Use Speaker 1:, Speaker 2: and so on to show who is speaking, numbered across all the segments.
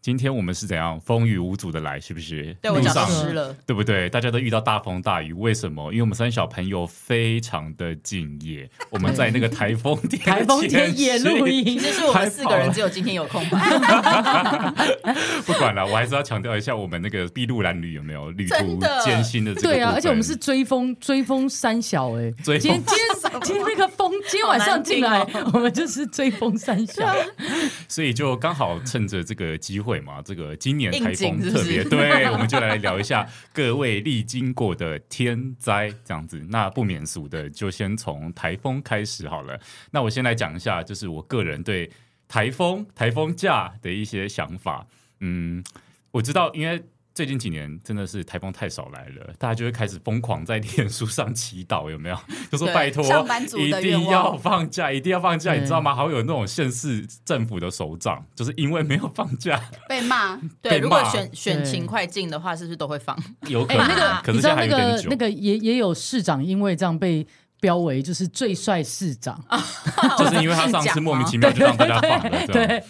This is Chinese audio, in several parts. Speaker 1: 今天我们是怎样风雨无阻的来，是不是？
Speaker 2: 对我
Speaker 1: 路
Speaker 2: 脚
Speaker 1: 上
Speaker 2: 湿了，
Speaker 1: 对不对？大家都遇到大风大雨，为什么？因为我们三小朋友非常的敬业，我们在那个台风天
Speaker 3: 台风天也录
Speaker 1: 前夕。
Speaker 3: 音，
Speaker 2: 就是我们四个人只有今天有空吧？
Speaker 1: 不管了，我还是要强调一下我们那个筚路蓝缕有没有旅途
Speaker 2: 真的
Speaker 1: 艰辛的这个
Speaker 3: 对啊，
Speaker 1: 部分
Speaker 3: 而且我们是追风追风三小哎、
Speaker 1: 追风
Speaker 3: 今天今天今天那个风，今天晚上进来
Speaker 2: 好难听，啊
Speaker 3: 我们就是追风三小，
Speaker 1: 所以就刚好趁着这个机会嘛，这个今年台
Speaker 2: 应
Speaker 1: 风
Speaker 2: 景是不
Speaker 1: 特
Speaker 2: 是
Speaker 1: 别，对，我们就来聊一下各位历经过的天灾这样子。那不免俗的，就先从台风开始好了。那我先来讲一下，就是我个人对台风、台风假的一些想法。嗯，我知道，因为。最近几年真的是台风太少来了，大家就会开始疯狂在脸书上祈祷，有没有？就说
Speaker 2: 对
Speaker 1: 拜托，
Speaker 4: 上班族
Speaker 1: 一
Speaker 4: 的
Speaker 1: 定
Speaker 4: 愿
Speaker 1: 要
Speaker 4: 望
Speaker 1: 放假，一定要放假，
Speaker 3: 对
Speaker 1: 你知道吗？好有那种县市政府的首长，就是因为没有放假，
Speaker 4: 被骂。
Speaker 1: 被
Speaker 2: 对，
Speaker 1: 骂
Speaker 2: 如果选选
Speaker 3: 对
Speaker 2: 情快进的话，是不是都会放？
Speaker 1: 有可能，
Speaker 3: 哎、那个
Speaker 1: 可
Speaker 3: 你
Speaker 1: 是
Speaker 3: 知
Speaker 1: 现在
Speaker 3: 道
Speaker 1: 还
Speaker 3: 那
Speaker 1: 有点
Speaker 3: 个
Speaker 1: 久。
Speaker 3: 那个也也有市长因为这样被标为就是最帅 市长，
Speaker 1: 就是因为他上次莫名其妙就让大家放 了，这样
Speaker 3: 对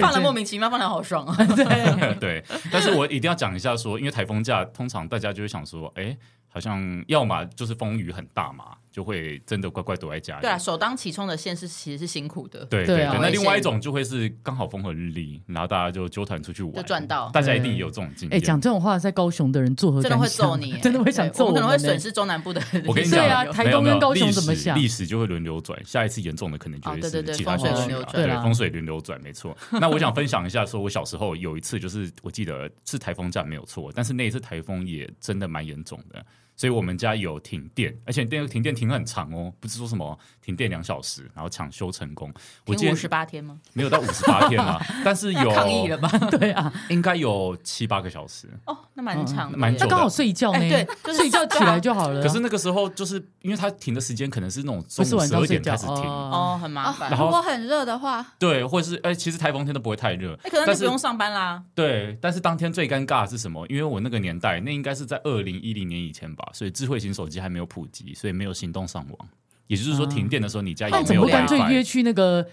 Speaker 2: 放
Speaker 1: 啊对
Speaker 2: 了莫名其妙，放的好爽啊！
Speaker 1: 对。但是我一定要讲一下说，因为台风假通常大家就会想说，哎，好像要么就是风雨很大嘛，就会真的乖乖躲在家里。
Speaker 2: 对啊，首当其冲的县市其实是辛苦的，
Speaker 1: 对
Speaker 3: 对
Speaker 1: 对
Speaker 3: 啊。
Speaker 1: 那
Speaker 2: 危险
Speaker 1: 另外一种就会是刚好风和日丽，然后大家就纠团出去玩，
Speaker 2: 就赚到
Speaker 1: 大家一定也有这种经
Speaker 3: 哎、
Speaker 1: 验。
Speaker 3: 讲这种话在高雄的人作何
Speaker 2: 真的
Speaker 3: 感
Speaker 2: 会
Speaker 3: 想？
Speaker 2: 揍你耶，
Speaker 3: 真的会想
Speaker 2: 对
Speaker 3: 揍
Speaker 2: 我们可能会
Speaker 3: 呢
Speaker 2: 损失中南部的。
Speaker 1: 我跟你讲，
Speaker 3: 对啊台东
Speaker 1: 没有
Speaker 3: 跟高雄
Speaker 1: 没有
Speaker 3: 怎么啊想
Speaker 1: 历史历史就会轮流转，下一次严重的可能就会
Speaker 2: 哦对对
Speaker 1: 是
Speaker 2: 对
Speaker 1: 其他
Speaker 2: 风
Speaker 1: 选
Speaker 3: 水
Speaker 1: 区了
Speaker 2: 轮流。
Speaker 3: 转对啦
Speaker 1: 风水轮流转，没错。那我想分享一下，说我小时候有一次，就是我记得是台风假没有错，但是那一次台风也真的蛮严重的。所以我们家有停电，而且那个停电停很长哦，不是说什么停电两小时，然后抢修成功。我记
Speaker 2: 停
Speaker 1: 得
Speaker 2: 五十八天吗？
Speaker 1: 没有到五十八天 啦，但是有
Speaker 2: 抗议 了吧？
Speaker 3: 对啊，
Speaker 1: 应该有七八个小时。
Speaker 2: 哦，那蛮长的耶，
Speaker 1: 蛮久
Speaker 3: 那
Speaker 1: 的
Speaker 3: 刚好睡一觉呢、
Speaker 2: 哎对就是
Speaker 3: 睡一觉起来就好了啊、
Speaker 1: 可是那个时候，就是因为它停的时间可能是那种中
Speaker 3: 不是
Speaker 1: 午
Speaker 3: 晚
Speaker 1: 十
Speaker 3: 上
Speaker 1: 二
Speaker 3: 睡
Speaker 1: 点
Speaker 3: 觉
Speaker 1: 开始停，
Speaker 2: 哦，很麻烦
Speaker 1: 然。
Speaker 4: 如
Speaker 1: 后
Speaker 4: 果很热的话，
Speaker 1: 对，或是哎、其实台风天都不会太热，
Speaker 2: 哎，可能
Speaker 1: 但
Speaker 2: 就是不用上班啦。
Speaker 1: 对，但是当天最尴尬的是什么？因为我那个年代，那应该是在二零一零年以前吧，所以智慧型手机还没有普及，所以没有行动上网。也就是说，
Speaker 3: 啊
Speaker 1: 停电的时候，你家
Speaker 3: 那
Speaker 1: 也
Speaker 3: 你
Speaker 1: 没
Speaker 3: 怎么
Speaker 1: 有
Speaker 3: 不干脆
Speaker 1: WiFi
Speaker 3: 约去那个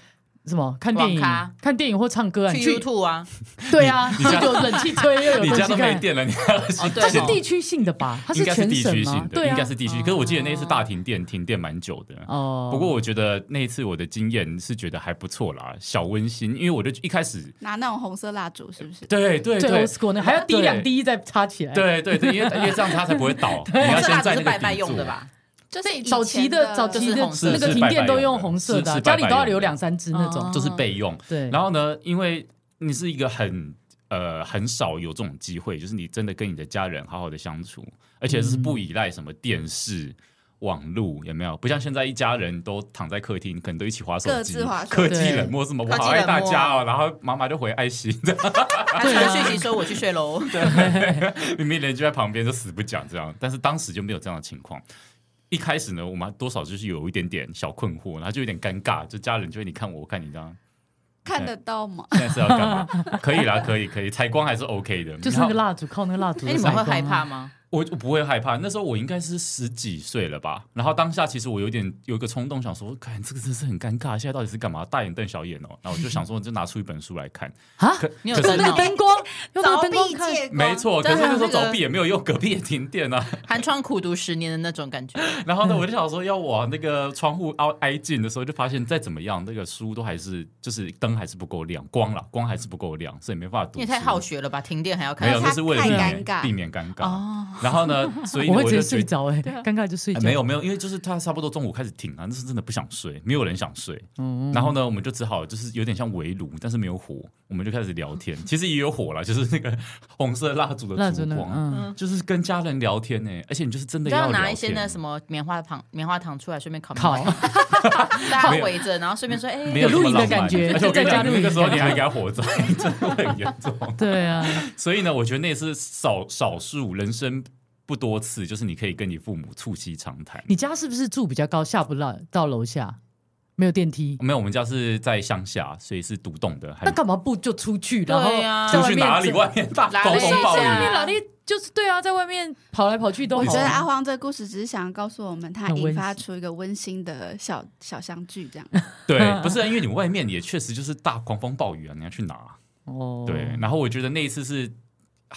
Speaker 3: 什么看电影
Speaker 2: 网咖、
Speaker 3: 看电影或唱歌啊？你
Speaker 2: 去 YouTube 啊，
Speaker 3: 对啊，
Speaker 1: 你家
Speaker 3: 就有冷气吹又有
Speaker 1: 你
Speaker 3: 东
Speaker 1: 家
Speaker 3: 西
Speaker 1: 都没
Speaker 3: 看。
Speaker 1: 电了，你还要行
Speaker 2: 哦对
Speaker 1: 动
Speaker 3: 它是
Speaker 2: 哦
Speaker 3: 地区性的吧？它
Speaker 1: 应该是
Speaker 3: 全
Speaker 1: 地
Speaker 3: 省
Speaker 1: 区
Speaker 3: 吗
Speaker 1: 性？
Speaker 3: 对
Speaker 1: 的，
Speaker 3: 啊，
Speaker 1: 应该是地区。可是我记得那次大停电，停电蛮久的。
Speaker 3: 哦。
Speaker 1: 不过我觉得那一次我的经验是觉得还不错啦，小温馨。因为我就一开始，
Speaker 4: 拿那种红色蜡烛是不是？
Speaker 1: 对对
Speaker 3: 最
Speaker 1: 对
Speaker 3: old school 那还要滴两滴再插起来。，
Speaker 1: 对对对，因为因为这样它才不会 倒。你要
Speaker 2: 这
Speaker 1: 先
Speaker 2: 蜡烛
Speaker 1: 在
Speaker 2: 是
Speaker 1: 那个
Speaker 2: 拜拜
Speaker 1: 底
Speaker 2: 用的
Speaker 1: 座
Speaker 2: 吧？
Speaker 4: 就是以前
Speaker 3: 早期的早期
Speaker 2: 就
Speaker 3: 的
Speaker 2: 是
Speaker 1: 红色
Speaker 3: 那个
Speaker 1: 是
Speaker 3: 停
Speaker 1: 拜拜
Speaker 3: 电都
Speaker 1: 用
Speaker 3: 用
Speaker 1: 的
Speaker 3: 红色的
Speaker 1: 是
Speaker 3: 啊，
Speaker 1: 是拜
Speaker 3: 家
Speaker 1: 拜
Speaker 3: 里都要留
Speaker 1: 用的
Speaker 3: 两三支那种
Speaker 2: 哦。
Speaker 1: 就是备用。
Speaker 3: 对，
Speaker 1: 然后呢，因为你是一个很呃很少有这种机会，就是你真的跟你的家人好好的相处，而且是不依赖什么电视。
Speaker 3: 嗯
Speaker 1: 网络有没有？不像现在一家人都躺在客厅，可能都一起划手
Speaker 4: 各
Speaker 1: 机
Speaker 4: 自滑，手
Speaker 1: 科技
Speaker 3: 机
Speaker 1: 冷漠是吗？我
Speaker 2: 科技
Speaker 1: 好爱大
Speaker 2: 冷漠
Speaker 1: 家哦。然后妈妈就回爱心，啊
Speaker 2: 还传讯息说我去 睡喽。
Speaker 1: 明明人就在旁边就死不讲这样，但是当时就没有这样的情况。一开始呢，我们还多少就是有一点点小困惑，然后就有点尴尬，就家人就会你看我，我看你这样，
Speaker 4: 看得到吗？
Speaker 1: 现在是要干嘛？ 可以啦，可以，可以，采光还是 OK 的。
Speaker 3: 就是
Speaker 1: 然
Speaker 3: 那
Speaker 1: 后
Speaker 3: 个蜡烛，靠那个蜡烛。
Speaker 2: 哎，你
Speaker 1: 啊
Speaker 2: 们会害怕？吗？
Speaker 1: 我我不会害怕，那时候我应该是十几岁了吧。然后当下其实我有点有一个冲动，想说，看这个真是很尴尬，现在到底是干嘛？大眼瞪小眼哦。然后我就想说，就拿出一本书来看。
Speaker 3: 啊，
Speaker 1: 可
Speaker 2: 你有
Speaker 1: 可
Speaker 3: 用
Speaker 1: 是
Speaker 2: 灯
Speaker 3: 那
Speaker 2: 哦
Speaker 3: 个灯光，用那个
Speaker 4: 凿
Speaker 3: 灯光
Speaker 4: 壁
Speaker 3: 看。
Speaker 4: 借光，
Speaker 1: 没错，可
Speaker 2: 但
Speaker 1: 是
Speaker 2: 是
Speaker 1: 那时候
Speaker 2: 那个
Speaker 1: 凿壁也没有用，隔壁也停电啊。
Speaker 2: 寒窗苦读十年的那种 感觉，
Speaker 1: 然后呢，我就想说要往那个窗户凹挨近的时候，就发现再怎么样，那个书都还是就是灯还是不够亮，光啦，光还是不够亮，所以没办法读
Speaker 2: 你
Speaker 1: 书。
Speaker 2: 也太好学了吧？停电还要
Speaker 1: 没有，
Speaker 2: 看
Speaker 1: 那是为了避
Speaker 4: 太
Speaker 1: 免
Speaker 4: 尴尬
Speaker 1: 避免尴尬。
Speaker 2: 哦，
Speaker 1: 然后呢，所以
Speaker 3: 我
Speaker 1: 呢
Speaker 3: 会
Speaker 1: 我
Speaker 3: 直
Speaker 1: 就
Speaker 3: 接
Speaker 1: 觉
Speaker 3: 睡
Speaker 1: 得。
Speaker 3: 着哎、尴尬就睡
Speaker 1: 哎
Speaker 3: 着。
Speaker 1: 没有没有，因为就是他差不多中午开始停啊，那是真的不想睡，没有人想睡。
Speaker 3: 嗯
Speaker 1: 然后呢，我们就只好就是有点像围炉，但是没有火，我们就开始聊天。其实也有火了，就是那个 红色蜡烛
Speaker 3: 蜡
Speaker 1: 的
Speaker 3: 烛
Speaker 1: 烛
Speaker 3: 呢？
Speaker 1: 光，
Speaker 3: 嗯，
Speaker 1: 就是跟家人聊天呢、而且你就是真
Speaker 2: 你
Speaker 1: 的
Speaker 2: 知道
Speaker 1: 聊
Speaker 2: 拿
Speaker 1: 天
Speaker 2: 一些那什么棉花糖、棉花糖出来，顺便烤
Speaker 3: 烤
Speaker 2: 棉 花糖，大家围着，然后顺便说，哎，
Speaker 1: 没有
Speaker 3: 有露营
Speaker 1: 这
Speaker 3: 的
Speaker 1: 么浪漫
Speaker 3: 感觉
Speaker 1: 而且我跟你
Speaker 3: 在家
Speaker 1: 讲，
Speaker 3: 露营
Speaker 1: 那个时候你
Speaker 3: 的感觉
Speaker 1: 还给他火灾，真的很严重。
Speaker 3: 对啊，
Speaker 1: 所以呢，我觉得那也是少少数人生不多次，就是你可以跟你父母促膝长谈。
Speaker 3: 你家是不是住比较高，下不到到楼下，没有电梯？
Speaker 1: 没有，我们家是在乡下，所以是独栋的，还
Speaker 3: 那干嘛不就出去？然后
Speaker 2: 对啊
Speaker 3: 在
Speaker 1: 出
Speaker 3: 外
Speaker 1: 去
Speaker 3: 面
Speaker 1: 哪里？
Speaker 3: 在
Speaker 1: 外面大
Speaker 2: 哪
Speaker 1: 狂
Speaker 2: 里
Speaker 1: 风
Speaker 2: 啊
Speaker 1: 暴
Speaker 3: 在外
Speaker 1: 雨，
Speaker 3: 面老力就是对啊，在外面跑来跑去都
Speaker 4: 我
Speaker 3: 好。啊
Speaker 4: 觉得
Speaker 2: 啊
Speaker 4: 阿荒这个故事只是想告诉我们，他
Speaker 3: 很温
Speaker 4: 引
Speaker 3: 馨
Speaker 4: 发出一个温馨的小小相聚，这样。
Speaker 3: 嗯
Speaker 1: 对，不是啊因为你外面也确实就是大狂风暴雨啊，你要去哪？
Speaker 3: 哦，
Speaker 1: 对，然后我觉得那一次是。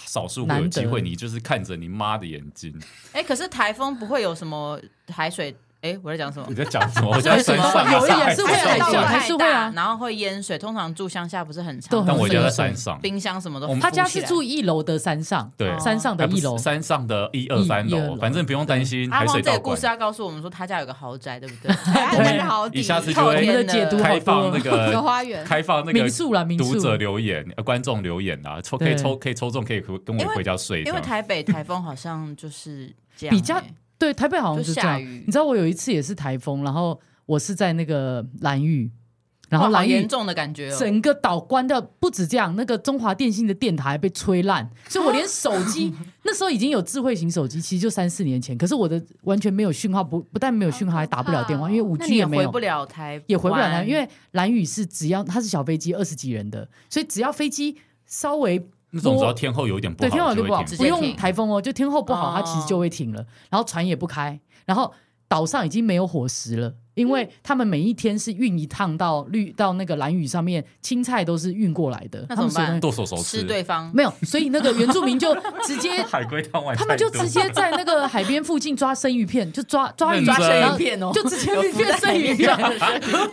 Speaker 1: 少数会有
Speaker 3: 难
Speaker 1: 机
Speaker 3: 得
Speaker 1: 会，你就是看着你妈的眼睛，
Speaker 2: 哎，可是台风不会有什么海水，哎，我在讲什么
Speaker 1: 你？在讲什么？我
Speaker 2: 是
Speaker 1: 现在
Speaker 2: 为什
Speaker 1: 闪
Speaker 2: 么
Speaker 1: 上
Speaker 3: 有一
Speaker 1: 闪
Speaker 3: 点是
Speaker 1: 上
Speaker 3: 会海
Speaker 1: 闪
Speaker 3: 水
Speaker 1: 上
Speaker 3: 还是会啊
Speaker 2: 然后会淹水。通常住乡下不是很
Speaker 3: 都
Speaker 2: 长，
Speaker 3: 很
Speaker 1: 但我家在
Speaker 3: 水
Speaker 1: 山上，
Speaker 2: 冰箱什么都浮起来。
Speaker 3: 他家是住一楼的山上，
Speaker 1: 对
Speaker 2: 哦
Speaker 3: 山上的
Speaker 1: 哎不
Speaker 3: 一
Speaker 1: 是
Speaker 3: 楼。
Speaker 1: 山上的一二三
Speaker 3: 一一二
Speaker 1: 楼，
Speaker 3: 楼
Speaker 1: 反正不用担心
Speaker 2: 阿
Speaker 1: 海
Speaker 2: 荒
Speaker 1: 水
Speaker 2: 这
Speaker 1: 倒
Speaker 2: 个故
Speaker 1: 灌
Speaker 2: 事。要告诉我们说，他家有个豪宅，对不 对？
Speaker 4: 哎
Speaker 1: 们
Speaker 4: 真的好底
Speaker 1: 以下次就
Speaker 2: 靠
Speaker 3: 我们
Speaker 1: 会
Speaker 3: 的解读
Speaker 1: 开
Speaker 3: 好
Speaker 1: 放
Speaker 3: 多
Speaker 1: 那，
Speaker 4: 有
Speaker 1: 个
Speaker 4: 花园，
Speaker 1: 呃开放那个
Speaker 3: 民宿啦，民
Speaker 1: 读
Speaker 3: 宿
Speaker 1: 者留言、呃观众留言啊，抽可以
Speaker 3: 对
Speaker 1: 抽可以抽中，可以回跟我
Speaker 2: 因为
Speaker 1: 回家睡这
Speaker 2: 因为
Speaker 1: 样。
Speaker 2: 台北台风好像就是这样、
Speaker 3: 比较
Speaker 2: 欸
Speaker 3: 对台北好像是这样
Speaker 2: 就下雨。
Speaker 3: 你知道我有一次也是台风，然后我是在那个蓝屿，然后
Speaker 2: 哦哇好
Speaker 3: 蓝屿
Speaker 2: 严重的感觉哦。
Speaker 3: 整个岛关掉，不止这样，那个中华电信的电台被吹烂，所以我连手 机那时候已经有智慧型手机，其实就三四年前，可是我的完全没有讯号，不不但没有讯号，还打不了电话，因为五
Speaker 2: 那
Speaker 3: G
Speaker 2: 你
Speaker 3: 也
Speaker 2: 也
Speaker 3: 没
Speaker 2: 回
Speaker 3: 有
Speaker 2: 不。了台，
Speaker 3: 也回不了来，因为蓝宇是只要它是小飞机，二十几人的，所以只要飞机稍微
Speaker 1: 那种只要天后有点不
Speaker 3: 对天
Speaker 1: 好，
Speaker 3: 后
Speaker 1: 就
Speaker 3: 就
Speaker 1: 会
Speaker 3: 不好，
Speaker 1: 停
Speaker 2: 直
Speaker 3: 不
Speaker 2: 接
Speaker 3: 用
Speaker 2: 停
Speaker 3: 台风哦，就天后不好，
Speaker 2: 哦
Speaker 3: 它其实就会停了，然后船也不开，然后岛上已经没有伙食了。因为他们每一天是运一趟到绿到那个蓝屿上面，青菜都是运过来的。
Speaker 2: 那
Speaker 3: 他们
Speaker 2: 怎么办
Speaker 3: 手
Speaker 1: 剁手手
Speaker 2: 吃
Speaker 1: 吃。
Speaker 2: 对方
Speaker 3: 上没有，所以那个原住民就 直接，
Speaker 1: 海龟汤外，
Speaker 3: 他们就直接在那个海边附近抓生鱼片，就抓抓
Speaker 1: 认
Speaker 3: 鱼
Speaker 1: 真抓生 鱼
Speaker 2: 片哦
Speaker 3: 就直接变生 鱼片，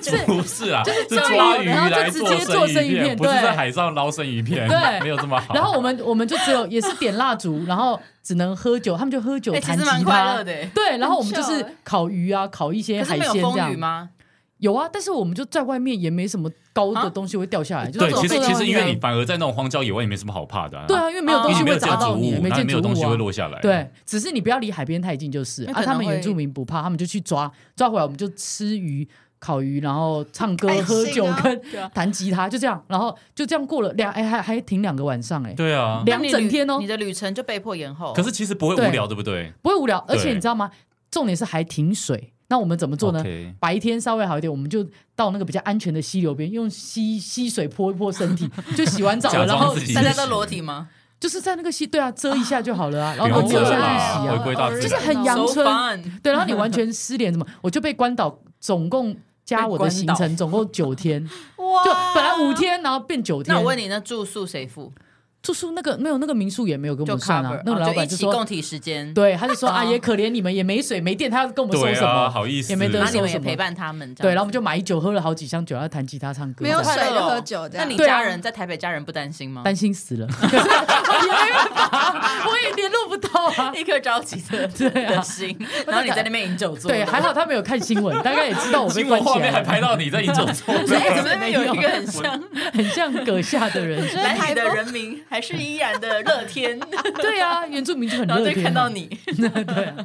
Speaker 3: 是
Speaker 1: 不是 啊，是
Speaker 3: 钓鱼
Speaker 1: 抓鱼
Speaker 3: 然后就
Speaker 1: 来
Speaker 3: 直接做
Speaker 1: 生
Speaker 3: 生
Speaker 1: 鱼
Speaker 3: 鱼
Speaker 1: 片，
Speaker 3: 片
Speaker 1: 不是
Speaker 3: 对
Speaker 1: 在海上捞生鱼片，
Speaker 3: 对
Speaker 1: 没有这么好。
Speaker 3: 然后我们我们就只有也是点蜡烛，然后只能喝酒，他们就喝酒
Speaker 2: 哎其
Speaker 3: 弹
Speaker 2: 实
Speaker 3: 吉
Speaker 2: 蛮快乐
Speaker 3: 他
Speaker 2: 的。欸
Speaker 3: 对，然后我们就
Speaker 4: 很
Speaker 3: 是
Speaker 4: 秀欸
Speaker 3: 烤鱼啊，烤一些
Speaker 2: 可是
Speaker 3: 海
Speaker 2: 没有
Speaker 3: 鲜这
Speaker 2: 风雨
Speaker 3: 样。
Speaker 2: 吗？
Speaker 3: 有啊，但是我们就在外面也没什么高
Speaker 2: 啊
Speaker 3: 的东西会掉下来。就是
Speaker 1: 对，
Speaker 3: 坐
Speaker 1: 其
Speaker 3: 在
Speaker 1: 实
Speaker 3: 外
Speaker 1: 其
Speaker 3: 面
Speaker 1: 实因为你反而在那种荒郊野外也没什么好怕的啊。
Speaker 3: 对啊，因为没有东
Speaker 1: 因为
Speaker 3: 西
Speaker 1: 你没有
Speaker 3: 会
Speaker 1: 建
Speaker 3: 砸
Speaker 1: 筑
Speaker 3: 到你，
Speaker 1: 物，
Speaker 3: 没
Speaker 1: 然后
Speaker 3: 建
Speaker 1: 没有
Speaker 3: 筑
Speaker 1: 东西会
Speaker 3: 物啊。
Speaker 1: 落下来。
Speaker 3: 对，只是你不要离海边太近就是
Speaker 2: 那可
Speaker 3: 啊。
Speaker 2: 能
Speaker 3: 他们
Speaker 2: 会
Speaker 3: 原住民不怕，他们就去抓抓回来，我们就吃鱼、烤鱼，然后唱歌、
Speaker 4: 开心啊
Speaker 3: 喝酒跟
Speaker 4: 对啊
Speaker 3: 弹吉他，就这样，然后就这样过了两哎还还挺两个晚上哎，
Speaker 1: 对啊，
Speaker 3: 两
Speaker 2: 那你
Speaker 3: 整
Speaker 2: 旅
Speaker 3: 天哦
Speaker 2: 你的旅程就被迫延后。
Speaker 1: 可是其实不会
Speaker 3: 对
Speaker 1: 无聊，对不对？
Speaker 3: 不会无聊。而且
Speaker 1: 对
Speaker 3: 你知道吗？重点是还停水，那我们怎么做呢？
Speaker 1: OK
Speaker 3: 白天稍微好一点，我们就到那个比较安全的溪流边，用溪溪水泼一泼 身体，就洗完澡
Speaker 1: 假
Speaker 3: 了，然
Speaker 1: 装
Speaker 3: 后
Speaker 1: 自己
Speaker 2: 大家都裸体吗？
Speaker 3: 就是在那个溪，对啊，遮一下就 好了啊，然
Speaker 1: 不
Speaker 3: 后
Speaker 1: 用
Speaker 3: 遮一
Speaker 1: 遮
Speaker 3: 下
Speaker 1: 啦
Speaker 3: 就洗
Speaker 1: 回
Speaker 3: 啊，
Speaker 1: 归大自然
Speaker 3: 就是很阳
Speaker 2: So
Speaker 3: 春
Speaker 2: fun
Speaker 3: 对，然后你完全失联，什么，我就被关岛，总共加我的行
Speaker 2: 被关
Speaker 3: 程总共 九天，
Speaker 4: 哇
Speaker 3: 就本来五，天，然后变九天。
Speaker 2: 那我问你，那住宿谁付？
Speaker 3: 住宿那个没有那个民宿也没有跟我
Speaker 2: 就
Speaker 3: 们算
Speaker 2: cover，
Speaker 3: 啊，那个
Speaker 2: 哦
Speaker 3: 老
Speaker 2: 就
Speaker 3: 板
Speaker 2: 一起
Speaker 3: 说
Speaker 2: 共，体时间，，
Speaker 3: 对，他 就说
Speaker 2: 哦
Speaker 3: 啊也可怜你们也没水没电，他要跟我们收
Speaker 1: 对
Speaker 3: 什
Speaker 1: 啊，
Speaker 3: 么？
Speaker 1: 好意思，
Speaker 3: 也没得
Speaker 2: 然
Speaker 3: 说
Speaker 2: 后你们也
Speaker 3: 什么
Speaker 2: 陪伴他们，这
Speaker 3: 对，
Speaker 2: 样
Speaker 3: 然后我们就买酒喝了好几箱酒，然后弹吉他唱歌，
Speaker 4: 没有
Speaker 2: 好快乐
Speaker 4: 水就
Speaker 2: 哦
Speaker 4: 喝酒这
Speaker 2: 那
Speaker 4: 样
Speaker 2: 你
Speaker 3: 对
Speaker 2: 家
Speaker 3: 啊
Speaker 2: 人在台北，家人不担心吗？
Speaker 3: 担心死了，可是我也没办法，我也联络不到啊。
Speaker 2: 立刻着急的
Speaker 3: 对啊
Speaker 2: 的 心，然后你在那边饮酒作乐，
Speaker 3: 对，还好他没有看新闻，大概也知道我被
Speaker 1: 新闻画
Speaker 3: 关起
Speaker 1: 面还
Speaker 3: 来
Speaker 1: 拍
Speaker 3: 了，
Speaker 1: 到你在饮 酒作
Speaker 2: 所
Speaker 1: 乐，
Speaker 2: 以哎怎么会有一个很像
Speaker 3: 很像阁下的人。
Speaker 4: 所 以
Speaker 2: 蓝
Speaker 4: 台
Speaker 2: 屿的
Speaker 4: 风
Speaker 2: 人民，还是依然的乐 天，
Speaker 3: 对啊，原住民就很
Speaker 2: 然后
Speaker 3: 乐
Speaker 2: 就
Speaker 3: 天啊，
Speaker 2: 看到你，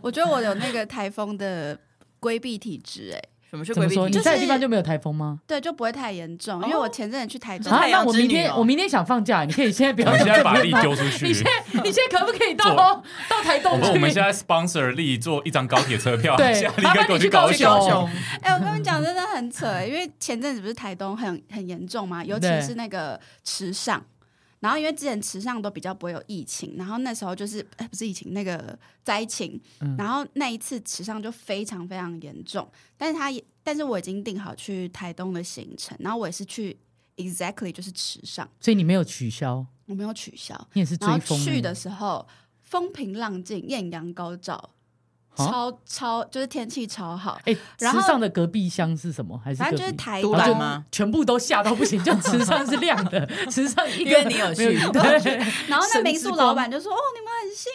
Speaker 4: 我觉得我有那个台风的规避体质，哎，
Speaker 2: 什么是
Speaker 3: 怎
Speaker 2: 规
Speaker 3: 么
Speaker 2: 避
Speaker 3: 说？
Speaker 2: 体
Speaker 3: 你
Speaker 2: 质？
Speaker 4: 就是
Speaker 3: 在的地方就没有台风吗？
Speaker 4: 对，就不会太严重。
Speaker 3: 哦
Speaker 4: 因为我前阵子去台
Speaker 2: 就
Speaker 4: 中
Speaker 2: 是，太
Speaker 3: 啊，那
Speaker 2: 阳
Speaker 3: 我
Speaker 2: 之
Speaker 3: 明
Speaker 2: 女
Speaker 3: 天
Speaker 2: 哦
Speaker 3: 我明天想放假，你可以现在 不
Speaker 1: 我们
Speaker 3: 要
Speaker 1: 现在
Speaker 3: 在
Speaker 1: 把
Speaker 3: 这
Speaker 1: 力
Speaker 3: 边
Speaker 1: 丢
Speaker 3: 吗
Speaker 1: 出去
Speaker 3: 你。现在你现在可不可以到到台
Speaker 1: 我
Speaker 3: 东
Speaker 1: 们我们
Speaker 3: 去
Speaker 1: 现？在 sponsor 力做一张高铁车票，
Speaker 3: 对
Speaker 1: 现在立刻给我去高
Speaker 3: 麻烦你去高
Speaker 1: 雄
Speaker 3: 雄。
Speaker 4: 哎、我跟你讲，真的很扯、欸因为前阵子不是台东很很严重嘛，尤其
Speaker 3: 对
Speaker 4: 是那个池上。然后因为之前池上都比较不会有疫情，然后那时候就是、哎不是疫情那个灾情，
Speaker 3: 嗯
Speaker 4: 然后那一次池上就非常非常严重，但是他也但是我已经定好去台东的行程，然后我也是去 exactly 就是池上，
Speaker 3: 所以你没有取消，
Speaker 4: 我没有取消，
Speaker 3: 你也是追
Speaker 4: 然后
Speaker 3: 风
Speaker 4: 啊去的时候风平浪静，艳阳高照，
Speaker 3: 啊
Speaker 4: 超超就是天气超好，
Speaker 3: 哎，
Speaker 4: 然后
Speaker 3: 池上的隔壁乡是什么？还是
Speaker 4: 反正就
Speaker 3: 隔
Speaker 4: 是
Speaker 3: 壁
Speaker 4: 台
Speaker 2: 都
Speaker 4: 东
Speaker 3: 然后
Speaker 2: 兰
Speaker 3: 就
Speaker 2: 吗
Speaker 3: 全部都吓到不行，就池上是亮的，池上一
Speaker 2: 因
Speaker 3: 个
Speaker 2: 为你有
Speaker 3: 没
Speaker 2: 去
Speaker 3: 对，
Speaker 4: 然后那
Speaker 3: 神
Speaker 4: 民
Speaker 3: 之
Speaker 4: 宿
Speaker 3: 光
Speaker 4: 老板就说：“哦，你们很幸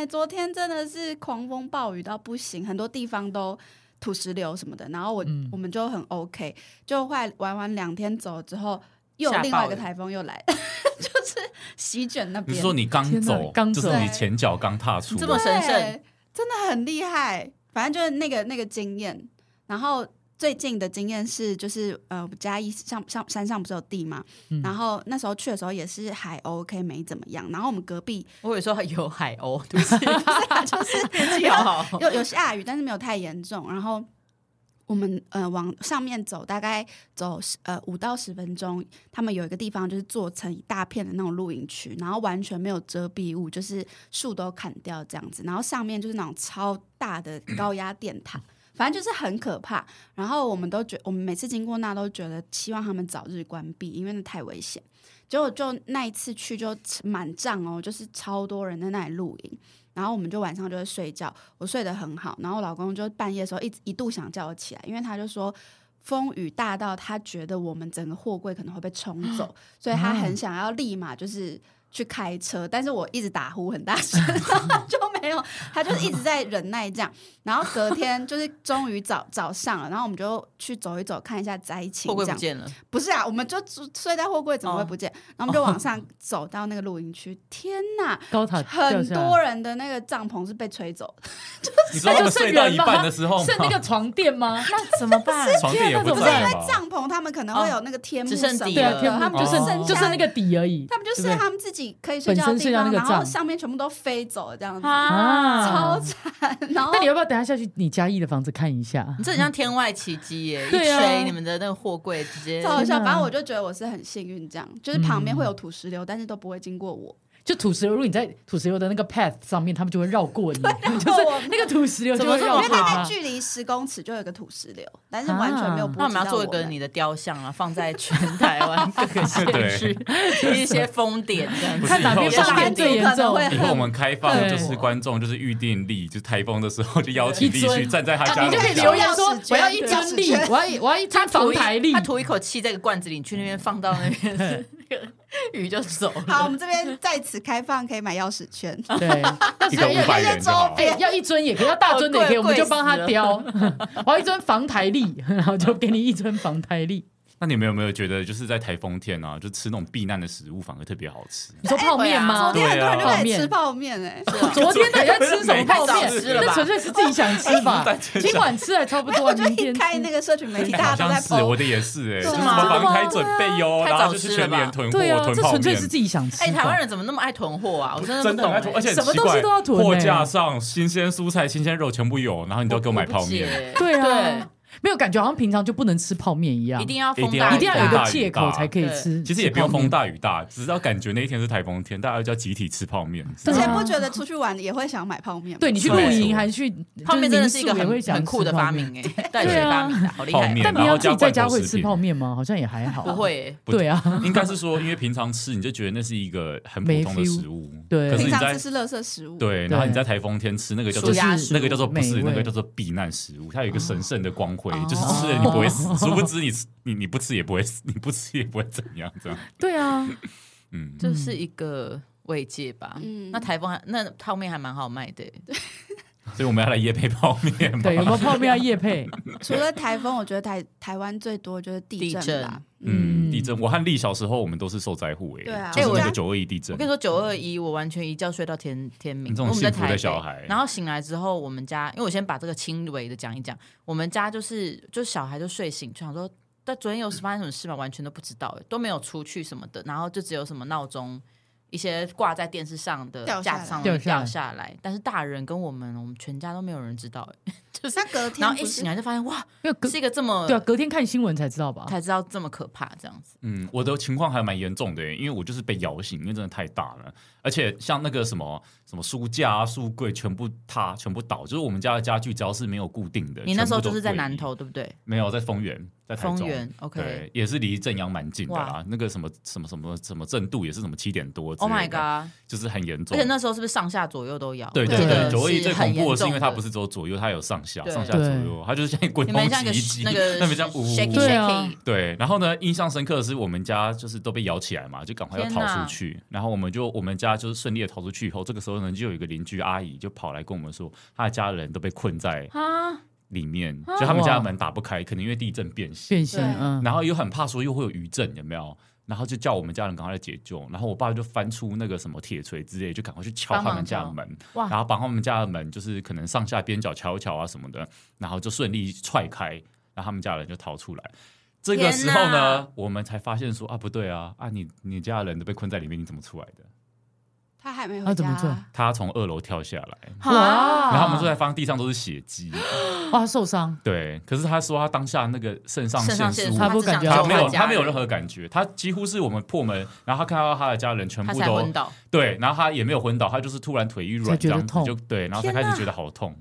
Speaker 4: 呢，昨天真的是狂风暴雨到不行，很多地方都土石流什么的。然后我、
Speaker 3: 嗯
Speaker 4: 我们就很 OK，就后来玩完两天走之后，又有
Speaker 2: 下
Speaker 4: 另外
Speaker 2: 暴
Speaker 4: 一个
Speaker 2: 雨
Speaker 4: 台风又来， 就是席卷那
Speaker 1: 你
Speaker 4: 边。
Speaker 1: 说你刚
Speaker 3: 天哪
Speaker 1: 走，
Speaker 3: 刚
Speaker 1: 就是
Speaker 3: 走
Speaker 1: 你前脚刚踏出，
Speaker 2: 这么
Speaker 4: 对
Speaker 2: 神圣，
Speaker 4: 真的很厉害。反正就是那个那个经验，然后最近的经验是，就是呃，嘉义上上山上不是有地嘛，
Speaker 3: 嗯
Speaker 4: 然后那时候去的时候也是还 OK，没怎么样。然后我们隔壁
Speaker 2: 我有时候有海鸥， 对不起，
Speaker 4: 就是
Speaker 2: 天 气好好。
Speaker 4: 有有下雨，但是没有太严重。然后我们呃往上面走，大概走十呃五到十分钟，他们有一个地方就是做成一大片的那种露营区，然后完全没有遮蔽物，就是树都砍掉这样子，然后上面就是那种超大的高压电塔。反正就是很可怕，然后我们都觉，我们每次经过那都觉得希望他们早日关闭，因为那太危险。结果就那一次去就满帐哦，就是超多人在那里露营，然后我们就晚上就会睡觉，我睡得很好，然后我老公就半夜的时候一直一度想叫我起来，因为他就说风雨大到他觉得我们整个货柜可能会被冲 走，所以他很想要立马就是。去开车，但是我一直打呼很大声， 就没有，他就一直在忍耐这样。然后隔天就是终于早早上了，然后我们就去走一走，看一下灾情
Speaker 2: 货柜
Speaker 4: 这
Speaker 2: 不
Speaker 4: 样。
Speaker 2: 见了，
Speaker 4: 不是啊，我们就住睡在货柜，怎么会
Speaker 2: 哦
Speaker 4: 不见？然后我们就往上走到那个露营区，天哪，
Speaker 3: 高塔掉
Speaker 4: 很
Speaker 3: 下来
Speaker 4: 多人的那个帐篷是被吹走的
Speaker 5: 你说他们睡到一半的时候
Speaker 3: 剩那
Speaker 5: 吗？
Speaker 3: 个床垫吗？
Speaker 2: 那怎么办？
Speaker 1: 床垫也不
Speaker 3: 天哪
Speaker 1: 在
Speaker 3: 怎
Speaker 1: 吧？
Speaker 4: 帐篷他们可能会有那个天幕
Speaker 2: 只
Speaker 4: 什
Speaker 2: 剩
Speaker 4: 么
Speaker 2: 底
Speaker 3: 对啊，
Speaker 2: 了
Speaker 4: 的，
Speaker 3: 天
Speaker 4: 他
Speaker 3: 幕
Speaker 4: 们
Speaker 3: 就
Speaker 4: 就剩
Speaker 3: 剩
Speaker 4: 下
Speaker 3: 就剩那个底而已。
Speaker 4: 他们就
Speaker 3: 对
Speaker 4: 剩
Speaker 3: 不对
Speaker 4: 他们自己可以睡觉的
Speaker 3: 本身
Speaker 4: 地
Speaker 3: 睡觉那
Speaker 4: 方，
Speaker 3: 个
Speaker 4: 然后
Speaker 3: 帐
Speaker 4: 上面全部都飞走了这样子，
Speaker 2: 啊，
Speaker 4: 超惨。然后
Speaker 3: 那你要不要等一下下去你嘉义的房子看一下
Speaker 2: 你？这很像天外奇迹耶！一
Speaker 3: 对啊
Speaker 2: 吹你们的那个货柜直接
Speaker 4: 超好笑，
Speaker 3: 天哪
Speaker 4: 反正我就觉得我是很幸运，这样就是旁边会有土石流，但是都不会经过我。
Speaker 3: 就土石流，如果你在土石流的那个 path 上面，他们就会绕过你，就是
Speaker 4: 我们
Speaker 3: 那个土石流就
Speaker 2: 怎么
Speaker 3: 会
Speaker 2: 这
Speaker 3: 绕
Speaker 2: 么
Speaker 4: 因
Speaker 3: 过
Speaker 4: 为
Speaker 2: 好
Speaker 4: 大
Speaker 3: 它
Speaker 4: 概。距离十公尺就有一个土石流，但是完全没有波及到
Speaker 2: 那我们要做一个
Speaker 4: 们
Speaker 2: 你的雕像啊，放在全台湾各 个 县 市一些风点这样
Speaker 1: 不是
Speaker 2: 子，
Speaker 3: 看哪边
Speaker 1: 以后
Speaker 3: 风点最严
Speaker 4: 上班族
Speaker 3: 重
Speaker 4: 可能，会
Speaker 1: 以后我们开放
Speaker 3: 对
Speaker 1: 就是观众就是预定力，就是台风的时候就邀请力
Speaker 3: 一尊啊
Speaker 1: 去站在他家
Speaker 3: 你
Speaker 1: 楼
Speaker 3: 就可以
Speaker 1: 下
Speaker 3: 留言说
Speaker 4: 钥匙
Speaker 3: 我
Speaker 4: 圈
Speaker 3: 要一尊力
Speaker 4: 钥匙，圈
Speaker 3: 我要一我要一尊
Speaker 2: 吐
Speaker 3: 防
Speaker 2: 一
Speaker 3: 台力
Speaker 2: 他。吐一口气在一个罐子里，你去那边放到那 边，鱼就走了。
Speaker 4: 好，我们这边在此开放可以买钥匙圈，
Speaker 3: 对，
Speaker 1: 一个五百元就好
Speaker 3: 哎，要一尊也可以，要大尊的也可以，
Speaker 2: 好贵
Speaker 3: 我们就帮他雕。 我要一尊防台力，然后就给你一尊防台力。
Speaker 1: 那你们有没有觉得就是在台风天啊，就吃那种避难的食物反而特别好吃？
Speaker 3: 你说泡面吗
Speaker 4: 昨？天很多人就在
Speaker 3: 对啊
Speaker 4: 吃泡面哎，
Speaker 3: 昨天到底在吃什么泡
Speaker 2: 太
Speaker 3: 面
Speaker 2: 早？吃了吧
Speaker 3: 那纯粹是自己想吃吧。今晚吃还差不多，
Speaker 4: 我就
Speaker 3: 明
Speaker 4: 一
Speaker 3: 天
Speaker 4: 开那
Speaker 3: 吃。
Speaker 4: 个社群媒体，
Speaker 1: 哎好
Speaker 4: 大家都
Speaker 1: 像
Speaker 4: 在
Speaker 1: 是
Speaker 4: po
Speaker 1: 我的也是哎，
Speaker 4: 对啊
Speaker 1: 就是什么防台准备哟，
Speaker 2: 对啊
Speaker 1: 然后就是全年囤货
Speaker 3: 对啊，
Speaker 1: 囤
Speaker 3: 这
Speaker 1: 泡
Speaker 3: 纯粹
Speaker 1: 面
Speaker 3: 是。自己想吃
Speaker 2: 哎，
Speaker 3: 吧。
Speaker 2: 台湾人怎么那么爱囤货啊？我真的
Speaker 1: 真
Speaker 2: 不
Speaker 1: 的很
Speaker 2: 懂
Speaker 1: 爱
Speaker 2: 哎，
Speaker 1: 囤，而且
Speaker 3: 什么
Speaker 1: 很奇
Speaker 3: 东西
Speaker 1: 怪
Speaker 3: 都要囤欸
Speaker 1: 货架上新鲜蔬菜、新鲜肉全部有，然后你都要给我买泡面，
Speaker 2: 我不解
Speaker 3: 对啊，没有感觉，好像平常就不能吃泡面一样，
Speaker 2: 对，一定要
Speaker 1: 一
Speaker 2: 风
Speaker 1: 定要
Speaker 2: 大啊
Speaker 3: 一定要有一
Speaker 1: 大
Speaker 3: 个
Speaker 1: 雨
Speaker 3: 借口才可以吃。
Speaker 1: 其实也不用
Speaker 3: 吃泡面
Speaker 1: 风，大雨大，只是要感觉那一天是台风天，大家就要集体吃泡 面。
Speaker 4: 而
Speaker 3: 对
Speaker 4: 且
Speaker 3: 啊
Speaker 4: 不觉得出去玩也会想买泡面吗，
Speaker 3: 对你去露营还去
Speaker 2: 泡面真的是一个
Speaker 3: 就是民
Speaker 2: 很
Speaker 3: 宿也会
Speaker 2: 很酷的发明哎，到底谁发明的？好厉
Speaker 1: 啊泡
Speaker 3: 想吃泡面。
Speaker 1: 面
Speaker 2: 害！
Speaker 3: 但你要自己在家会吃泡面吗？好像也还好，
Speaker 2: 不。会
Speaker 1: 不
Speaker 3: 对啊，
Speaker 1: 应该是说，因为平常吃你就觉得那是一个很普通的食物，
Speaker 3: 对
Speaker 1: 可是
Speaker 4: 平
Speaker 1: 你
Speaker 4: 常
Speaker 1: 在
Speaker 4: 吃是垃圾食物，
Speaker 1: 对，啊然后你在台风天吃那个叫做
Speaker 2: 舒压
Speaker 1: 那个叫做不
Speaker 3: 美
Speaker 1: 是
Speaker 3: 味
Speaker 1: 那个叫做避难食物，它有一个神圣的光辉
Speaker 3: 哦，
Speaker 1: 就是吃了你不会 死，殊不知你吃你你不吃也不会死，你不吃也不会怎样，这样，
Speaker 3: 对啊，
Speaker 1: 嗯，
Speaker 2: 这是一个慰藉吧。
Speaker 4: 嗯
Speaker 2: 那台风还那泡面还蛮好卖的，
Speaker 1: 所以我们要来夜配泡面嘛
Speaker 3: 对，有没有泡面要夜配？
Speaker 4: 除了台风，我觉得台台湾最多就是地
Speaker 2: 地震
Speaker 4: 震吧。
Speaker 1: 嗯，地震，我和丽小时候我们都是受灾户诶，
Speaker 4: 对啊
Speaker 1: 就是那
Speaker 2: 哎
Speaker 1: 个
Speaker 2: 我
Speaker 1: 九二一地震
Speaker 2: 我跟，你说，九二一我完全一觉睡到天天明。
Speaker 1: 你这种
Speaker 2: 我们在
Speaker 1: 幸福的
Speaker 2: 台北
Speaker 1: 小孩
Speaker 2: 然后醒来之后，我们家因为我先把这个轻微的讲一讲，我们家就是就小孩就睡醒，就想说，但昨天有发生什么事吗？完全都不知道，欸都没有出去什么的，然后就只有什么闹钟。一些挂在电视上的
Speaker 4: 掉下来
Speaker 2: 架子上
Speaker 3: 掉下来
Speaker 2: 掉下来，但是大人跟我们，我们全家都没有人知道。哎
Speaker 4: 那隔天
Speaker 2: 然后一啊
Speaker 4: 不是
Speaker 2: 醒来就发现，哇，
Speaker 3: 因为隔
Speaker 2: 是一个这么
Speaker 3: 对啊，隔天看新闻才知道吧？
Speaker 2: 才知道这么可怕这样子。
Speaker 1: 嗯，我的情况还蛮严重的欸耶，因为我就是被摇醒，因为真的太大了，而且像那个什么什么书架啊、书柜全部塌、全部倒，就是我们家的家具只要是没有固定的，
Speaker 2: 你那时候
Speaker 1: 全部
Speaker 2: 就
Speaker 1: 都
Speaker 2: 是在
Speaker 1: 会
Speaker 2: 南投，对不对？
Speaker 1: 没有在丰原，
Speaker 5: 在台
Speaker 2: 丰
Speaker 5: 中。
Speaker 2: 原，OK。
Speaker 1: 对，也是离正阳蛮近的啦
Speaker 2: 哇。
Speaker 1: 那个什么什么什么什么正度也是什么七点多之
Speaker 2: Oh my
Speaker 1: 类的
Speaker 2: god！
Speaker 1: 就是很严
Speaker 2: 而
Speaker 1: 重
Speaker 2: 且。那时候是不是上下左右都要？
Speaker 1: 对
Speaker 2: 我
Speaker 1: 对
Speaker 2: 记
Speaker 1: 对，
Speaker 2: 得
Speaker 1: 九二一
Speaker 2: 是
Speaker 1: 最恐
Speaker 2: 很严
Speaker 1: 怖的是因为
Speaker 2: 重
Speaker 1: 它
Speaker 2: 的
Speaker 1: 不是只有左右，它有上下，
Speaker 2: 对
Speaker 1: 上下左右，它就是像一个滚
Speaker 2: 你
Speaker 1: 筒
Speaker 2: 们像
Speaker 1: 洗
Speaker 2: 个
Speaker 1: 衣机，
Speaker 2: 那个
Speaker 1: 那边像呜呜
Speaker 2: shaky
Speaker 1: 呜。
Speaker 3: 对啊
Speaker 2: shaky，
Speaker 1: 对，然后呢，印象深刻的是我们家就是都被摇起来嘛，就赶快要
Speaker 2: 天
Speaker 1: 逃
Speaker 2: 哪
Speaker 1: 出去。然后我们就我们家就是顺利的逃出去以后，这个时候呢，就有一个邻居阿姨就跑来跟我们说，她的家人都被困在
Speaker 2: 啊，
Speaker 1: 里面，就他们家
Speaker 3: 哇
Speaker 1: 的门打不开，可能因为地震变形。
Speaker 3: 变形，
Speaker 4: 对
Speaker 3: 嗯，
Speaker 1: 然后又很怕说又会有余震，有没有？然后就叫我们家人赶快来解救，然后我爸就翻出那个什么铁锤之类，就赶快去敲他们家的门，
Speaker 2: 哦哇
Speaker 1: 然后把他们家的门就是可能上下边角敲一敲啊什么的，然后就顺利踹开，然后他们家人就逃出来。这个时候
Speaker 2: 天哪
Speaker 1: 呢，我们才发现说啊，不对啊，啊你你家的人都被困在里面，你怎么出来的？
Speaker 4: 他还没回家、
Speaker 3: 他啊怎么做
Speaker 1: 他从二楼跳下来，
Speaker 3: 哇
Speaker 2: 啊
Speaker 1: 然后我们就在发现地上都是血迹，
Speaker 3: 哇，受伤，
Speaker 1: 对。可是他说他当下那个肾上
Speaker 2: 肾上
Speaker 1: 腺
Speaker 2: 腺
Speaker 1: 素
Speaker 2: 素，
Speaker 3: 他不
Speaker 2: 只想
Speaker 3: 感觉
Speaker 2: 救
Speaker 1: 他
Speaker 3: 到
Speaker 1: 没有，
Speaker 2: 家
Speaker 1: 他没有
Speaker 2: 人
Speaker 1: 任何感觉，他几乎是我们破门，然后他看到他的家人全
Speaker 2: 他
Speaker 1: 部
Speaker 2: 才
Speaker 1: 都
Speaker 2: 昏倒。
Speaker 1: 对，然后他也没有昏倒，他就是突然腿一
Speaker 3: 才
Speaker 1: 软这
Speaker 3: 觉得
Speaker 1: 样子
Speaker 3: 痛
Speaker 1: 就对，然后才开
Speaker 2: 天哪
Speaker 1: 始觉得好痛，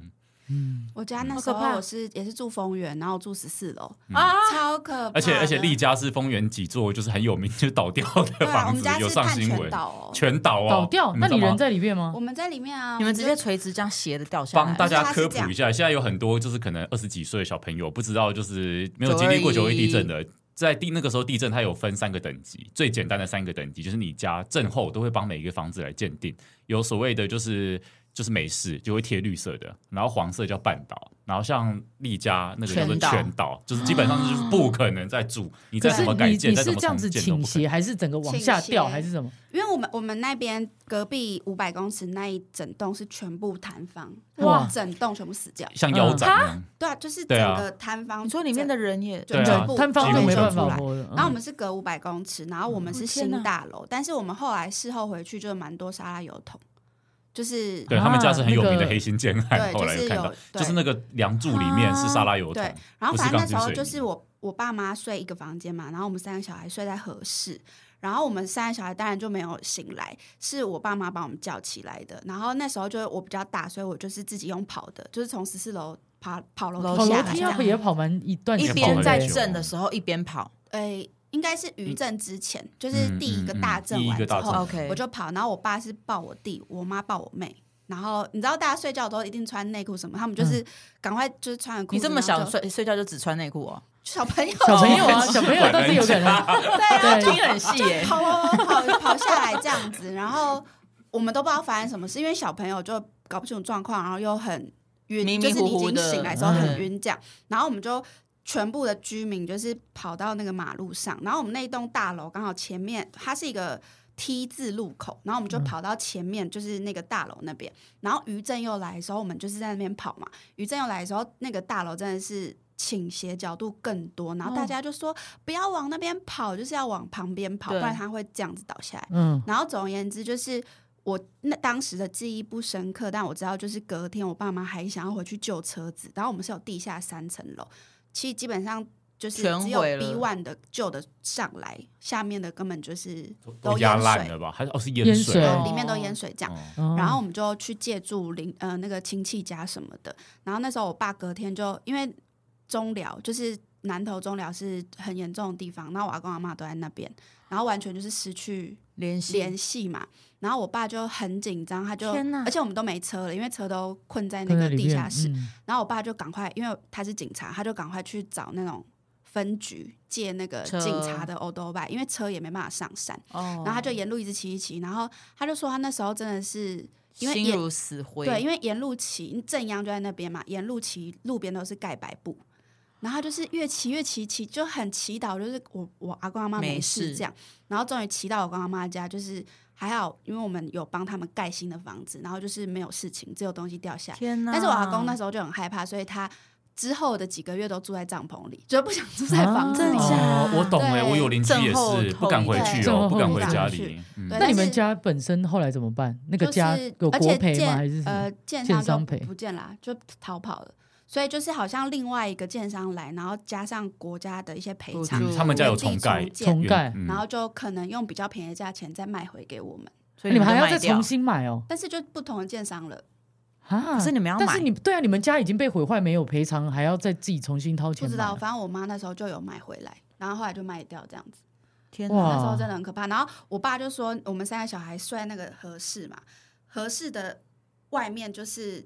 Speaker 3: 嗯，
Speaker 4: 我家那
Speaker 2: 好
Speaker 4: 时
Speaker 2: 可
Speaker 4: 候
Speaker 2: 怕
Speaker 4: 我是也是住丰原，然后我住十四楼，
Speaker 2: 啊，
Speaker 4: 超可怕的。
Speaker 1: 嗯而且而且丽家是丰原几座就是很有名就是倒掉的
Speaker 4: 对啊，我
Speaker 1: 房
Speaker 4: 们
Speaker 1: 子
Speaker 4: 家，
Speaker 1: 有
Speaker 4: 是
Speaker 1: 上
Speaker 4: 看
Speaker 1: 新
Speaker 4: 全
Speaker 1: 闻，
Speaker 4: 岛哦，
Speaker 1: 全倒哦，
Speaker 3: 倒掉，那
Speaker 1: 知道
Speaker 3: 你
Speaker 1: 吗
Speaker 3: 人在里面吗
Speaker 4: 我？们在里面啊，
Speaker 2: 你们直
Speaker 4: 就
Speaker 2: 接垂直这样斜的掉下
Speaker 1: 帮
Speaker 2: 来，
Speaker 1: 大家
Speaker 4: 而且它是
Speaker 1: 科
Speaker 4: 这样
Speaker 1: 普一下，现在有很多就是可能二十几岁的小朋友不知道，就是没有经历过九
Speaker 2: 921
Speaker 1: 一地震的。在地那个时候，地震它有分三个等级，最简单的三个等级就是你家震后都会帮每一个房子来鉴定，有所谓的就是就是美式就会贴绿色的，然后黄色叫半岛，然后像丽家那个叫做
Speaker 2: 全岛
Speaker 1: 全岛，就是基本上就是不可能再住，你
Speaker 3: 可
Speaker 1: 再
Speaker 3: 是
Speaker 1: 怎么
Speaker 3: 你
Speaker 1: 改建，
Speaker 3: 你
Speaker 1: 再怎
Speaker 3: 是
Speaker 1: 么
Speaker 3: 这样
Speaker 1: 重
Speaker 3: 子
Speaker 1: 建都
Speaker 3: 倾
Speaker 1: 不可能。
Speaker 3: 斜，还是整个往下
Speaker 4: 倾斜
Speaker 3: 掉，还是什么？
Speaker 4: 因为我们我们那边隔壁五百公尺那一整栋是全部摊方，
Speaker 3: 哇
Speaker 4: 整栋全部死掉。
Speaker 1: 像腰斩一样，
Speaker 4: 对啊，就是整
Speaker 1: 对啊
Speaker 4: 个摊方，
Speaker 2: 你说里面的人也
Speaker 1: 对啊
Speaker 4: 全部
Speaker 3: 摊方
Speaker 1: 全
Speaker 3: 都
Speaker 1: 部
Speaker 3: 没
Speaker 1: 全
Speaker 3: 办
Speaker 1: 部
Speaker 3: 法
Speaker 4: 来
Speaker 3: 活了。嗯
Speaker 4: 然后我们是隔五百公尺，然后我们
Speaker 2: 嗯哦
Speaker 4: 是
Speaker 2: 天哪
Speaker 4: 新大楼，但是我们后来事后回去就蛮多沙拉油桶，就是
Speaker 1: 对他们家是很有名
Speaker 3: 那
Speaker 1: 的
Speaker 3: 个
Speaker 1: 黑心建案，
Speaker 4: 对，
Speaker 1: 后
Speaker 4: 就
Speaker 1: 来
Speaker 4: 是
Speaker 1: 有看到
Speaker 4: 有，对
Speaker 1: 就是那个梁柱里面是沙拉油桶
Speaker 4: 对，，然后
Speaker 1: 不是
Speaker 4: 反正那
Speaker 1: 钢
Speaker 4: 时
Speaker 1: 筋
Speaker 4: 候
Speaker 1: 水
Speaker 4: 就是
Speaker 1: 泥
Speaker 4: 我我爸妈睡一个房间嘛，然后我们三个小孩睡在合适。然后我们三个小孩当然就没有醒来，是我爸妈把我们叫起来的。然后那时候就是我比较大，所以我就是自己用跑的，就是从十四楼爬跑楼
Speaker 3: 跑
Speaker 4: 梯
Speaker 3: 哦
Speaker 4: 下
Speaker 3: 楼
Speaker 4: 来
Speaker 3: 梯
Speaker 4: 这
Speaker 3: 要
Speaker 4: 样。
Speaker 3: 也跑完一段时
Speaker 2: 一
Speaker 3: 间，
Speaker 2: 边在
Speaker 1: 跑很久
Speaker 2: 震的时候一边跑。
Speaker 4: 哎，应该是余震之前，就是第一个大
Speaker 1: 嗯嗯
Speaker 4: 震
Speaker 1: 嗯嗯第
Speaker 4: 完
Speaker 1: 一个
Speaker 4: 之
Speaker 1: 大
Speaker 4: 后，
Speaker 1: 震
Speaker 2: OK，
Speaker 4: 我就跑。然后我爸是抱我弟，我妈抱我妹。然后你知道大家睡觉都一定穿内裤什么，他们
Speaker 1: 嗯
Speaker 4: 就是赶快就是穿了裤子。
Speaker 2: 你这么
Speaker 4: 然
Speaker 2: 小
Speaker 4: 后就
Speaker 2: 睡睡觉就只穿内裤哦，
Speaker 4: 小朋友
Speaker 3: 小朋友啊，
Speaker 1: 哦
Speaker 3: 小朋友倒是有可能，
Speaker 4: 对啊，
Speaker 3: 对
Speaker 4: 就
Speaker 2: 得很细耶
Speaker 4: 跑跑跑跑下来这样子，然后我们都不知道发生什么事，因为小朋友就搞不清楚状况，然后又很晕，
Speaker 2: 迷迷糊糊的
Speaker 4: 就是你已经醒来之后很晕这样，然后我们就。全部的居民就是跑到那个马路上，然后我们那一栋大楼刚好前面它是一个 T 字路口，然后我们就
Speaker 2: 嗯
Speaker 4: 跑到前面就是那个大楼那边，然后余震又来的时候，我们就是在那边跑嘛，余震又来的时候，那个大楼真的是倾斜角度更多，然后
Speaker 2: 哦
Speaker 4: 大家就说不要往那边跑，就是要往旁边跑，不
Speaker 2: 对
Speaker 4: 然它会这样子倒下来。
Speaker 3: 嗯，
Speaker 4: 然后总而言之，就是我那当时的记忆不深刻，但我知道就是隔天我爸妈还想要回去救车子，然后我们是有地下三层楼，其实基本上就是
Speaker 2: 全
Speaker 4: 只有
Speaker 2: 毁了
Speaker 4: B one 的救的上来，下面的根本就是
Speaker 1: 都
Speaker 4: 淹
Speaker 1: 压烂
Speaker 4: 水，
Speaker 1: 了吧？还是哦是
Speaker 3: 淹
Speaker 1: 淹水
Speaker 3: 水
Speaker 1: 哦
Speaker 4: 对里面都淹水这样。
Speaker 1: 哦
Speaker 3: 然
Speaker 4: 然后我们就去借住邻呃那个亲戚家什么的。然后那时候我爸隔天就因为中寮就是南投中寮是很严重的地方，然后我阿公阿妈都在那边，然后完全就是失去
Speaker 2: 联系
Speaker 4: 联系嘛。然后我爸就很紧张，他就
Speaker 2: 天哪
Speaker 4: 而且我们都没车了，因为车都困在那
Speaker 3: 跟在
Speaker 4: 个
Speaker 3: 里
Speaker 4: 地
Speaker 3: 面
Speaker 4: 下室。
Speaker 3: 嗯
Speaker 4: 然后我爸就赶快，因为他是警察，他就赶快去找那种分局借那个
Speaker 2: 车
Speaker 4: 警察的 o d o b i 因为车也没办法上山。
Speaker 2: 哦，
Speaker 4: 然后他就沿路一直骑一骑，然后他就说他那时候真的是因为
Speaker 2: 心
Speaker 4: 也
Speaker 2: 如死灰，
Speaker 4: 对，因为沿路骑正央就在那边嘛，沿路骑路边都是盖白布，然后他就是越骑越骑骑，就很祈祷，就是我我阿公阿妈
Speaker 2: 没
Speaker 4: 没事
Speaker 2: 事
Speaker 4: 这样，然后终于骑到我阿公阿妈家，就是还好，因为我们有帮他们盖新的房子，然后就是没有事情，只有东西掉下来。
Speaker 2: 天哪！
Speaker 4: 但是我阿公那时候就很害怕，所以他之后的几个月都住在帐篷里，就不想住在房子
Speaker 2: 啊真
Speaker 4: 里。
Speaker 2: 的假的
Speaker 1: 哦我懂哎，
Speaker 4: 对
Speaker 1: 我有邻居也
Speaker 2: 震后
Speaker 1: 是不敢回去
Speaker 3: 震后
Speaker 1: 哦，不敢
Speaker 3: 不
Speaker 1: 回
Speaker 3: 敢
Speaker 1: 家
Speaker 4: 回
Speaker 1: 里。嗯
Speaker 4: 对
Speaker 3: 那你
Speaker 4: 但
Speaker 3: 们
Speaker 4: 是
Speaker 3: 家本身后来怎么办？那个
Speaker 4: 就是
Speaker 3: 家有
Speaker 4: 而
Speaker 3: 国
Speaker 4: 且
Speaker 3: 赔
Speaker 4: 建
Speaker 3: 吗？还是什么哎
Speaker 4: 呃
Speaker 3: 建
Speaker 4: 建商就
Speaker 3: 商
Speaker 4: 不
Speaker 3: 赔
Speaker 4: 不见啦，就逃跑了。所以就是好像另外一个建商来，然后加上国家的一些赔
Speaker 2: 补
Speaker 4: 偿
Speaker 2: 助，
Speaker 1: 嗯他们家有
Speaker 4: 原地
Speaker 1: 重盖
Speaker 4: 重建
Speaker 3: 哦重盖？
Speaker 1: 嗯
Speaker 4: 然后就可能用比较便宜的价钱再卖回给我们，
Speaker 2: 所以
Speaker 3: 你们
Speaker 2: 就
Speaker 3: 还要
Speaker 2: 卖
Speaker 3: 再
Speaker 2: 掉
Speaker 3: 重新买哦？
Speaker 4: 但是就不同的建商了。
Speaker 3: 啊！
Speaker 2: 可是你们要买
Speaker 3: 但是你对啊，你们家已经被毁坏，没有赔偿，还要再自己重新掏
Speaker 4: 不
Speaker 3: 钱买。
Speaker 4: 知道，反正我妈那时候就有买回来，然后后来就卖掉这样子。
Speaker 2: 天
Speaker 3: 哇
Speaker 2: 哪，
Speaker 4: 那时候真的很可怕。然后我爸就说，我们三个小孩睡在那个合适嘛，合适的外面就是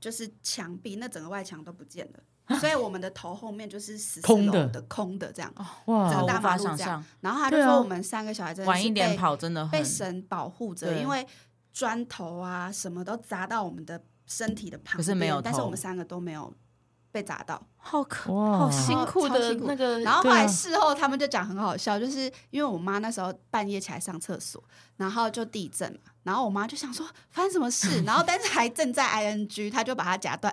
Speaker 4: 就是墙壁，那整个外墙都不见
Speaker 2: 啊
Speaker 4: 了，所以我们的头后面就是十四
Speaker 3: 空
Speaker 4: 楼
Speaker 3: 的
Speaker 4: 的空的这
Speaker 2: 哦
Speaker 4: 样。
Speaker 3: 哇，
Speaker 4: 这
Speaker 2: 好
Speaker 4: 个
Speaker 2: 无
Speaker 4: 大马
Speaker 2: 法
Speaker 4: 路
Speaker 2: 想
Speaker 4: 这样
Speaker 2: 象，
Speaker 4: 然后他就
Speaker 3: 对啊
Speaker 4: 说，我们三个小孩真的
Speaker 2: 哦晚
Speaker 4: 是
Speaker 2: 一点
Speaker 4: 被
Speaker 2: 跑真的很
Speaker 4: 被神保护着，
Speaker 2: 对
Speaker 4: 因为砖头啊什么都砸到我们的身体的旁边，
Speaker 2: 可是没有
Speaker 4: 但是
Speaker 2: 头
Speaker 4: 我们三个都没有被砸到。
Speaker 2: 好可
Speaker 3: 哇
Speaker 2: 好辛苦
Speaker 4: 超
Speaker 2: 的
Speaker 4: 辛苦
Speaker 2: 那个，
Speaker 4: 然后后
Speaker 3: 对啊
Speaker 4: 来事后他们就讲很好笑，就是因为我妈那时候半夜起来上厕所，然后就地震嘛，然后我妈就想说发生什 么事，然后但是还正在 ing，她就把它夹断，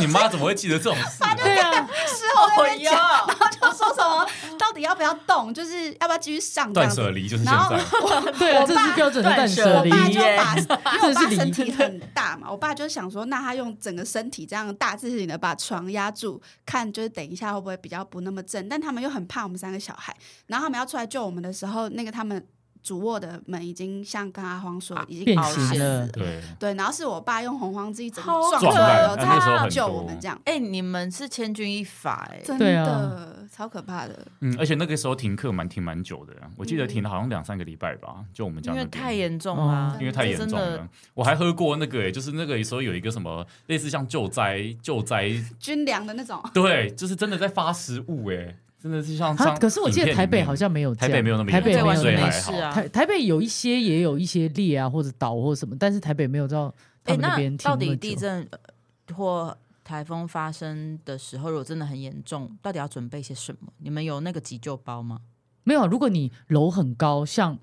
Speaker 5: 你妈怎么会记得这种事？
Speaker 3: 对啊，
Speaker 4: 事后在那边
Speaker 3: 哦
Speaker 4: 讲，然后就说什么到底要不要动，就是要不要继续上这
Speaker 5: 断
Speaker 4: 样子
Speaker 5: 舍离就是现
Speaker 4: 然后
Speaker 5: 在，
Speaker 3: 对啊，
Speaker 4: 我
Speaker 3: 这是
Speaker 4: 爸
Speaker 3: 标准的断舍
Speaker 4: 我
Speaker 3: 离。
Speaker 4: 爸就
Speaker 2: 耶
Speaker 4: 把， 因啊为我
Speaker 3: 这是
Speaker 4: 爸
Speaker 3: 礼
Speaker 4: 身体很大嘛，我爸就想说，那他用整个身体这样大字型的把床压住，看就是等一下会不会比较不那么正。但他们又很怕我们三个小孩，然后他们要出来救我们的时候，那个他们主卧的门已经像刚阿荒说，已经
Speaker 3: 变
Speaker 4: 凹
Speaker 3: 形
Speaker 4: 陷
Speaker 3: 了
Speaker 5: 对，
Speaker 4: 对，然后是我爸用洪荒之力整个
Speaker 2: 好
Speaker 4: 撞
Speaker 2: 可
Speaker 4: 出来，
Speaker 2: 怕
Speaker 4: 然
Speaker 2: 那时候
Speaker 4: 后再
Speaker 5: 很
Speaker 4: 救
Speaker 5: 多
Speaker 4: 我们这样，
Speaker 2: 哎，你们是千钧一发哎，
Speaker 4: 真
Speaker 3: 对
Speaker 4: 的、
Speaker 3: 啊
Speaker 4: 超可怕的。
Speaker 1: 嗯，而且那个时候停课蛮停蛮久的，啊我记得停了好像两三个礼拜吧，就我们家
Speaker 2: 因为
Speaker 1: 那
Speaker 2: 太
Speaker 1: 边。
Speaker 2: 严重了，
Speaker 1: 哦因为太严重
Speaker 2: 这真的
Speaker 1: 了，我还喝过那个、欸，就是那个时候有一个什么类似像救灾救灾，
Speaker 4: 军粮的那种，
Speaker 1: 对，就是真的在发食物、欸，哎，真的是像
Speaker 3: 啊
Speaker 1: 像。
Speaker 3: 可是我记
Speaker 1: 影
Speaker 3: 得
Speaker 1: 片
Speaker 3: 台
Speaker 1: 里
Speaker 3: 北
Speaker 1: 面
Speaker 3: 好像没有这
Speaker 1: 台
Speaker 3: 样，
Speaker 1: 北没有那么
Speaker 3: 台
Speaker 1: 严
Speaker 3: 北
Speaker 1: 重，
Speaker 2: 对
Speaker 3: 没
Speaker 2: 完
Speaker 3: 有
Speaker 1: 所
Speaker 2: 全
Speaker 1: 以
Speaker 3: 那么
Speaker 2: 没
Speaker 1: 还
Speaker 2: 事
Speaker 1: 好。
Speaker 2: 啊。
Speaker 3: 台台北有一些也有一些裂啊，或者倒或什么，但是台北没有到他
Speaker 2: 哎，
Speaker 3: 们那
Speaker 2: 那
Speaker 3: 边停
Speaker 2: 到
Speaker 3: 那
Speaker 2: 底
Speaker 3: 么
Speaker 2: 地
Speaker 3: 久。
Speaker 2: 震呃或台风发生的时候，如果真的很严重，到底要准备些什么？你们有那个急救包吗？
Speaker 3: 没有啊，如果你楼很高，像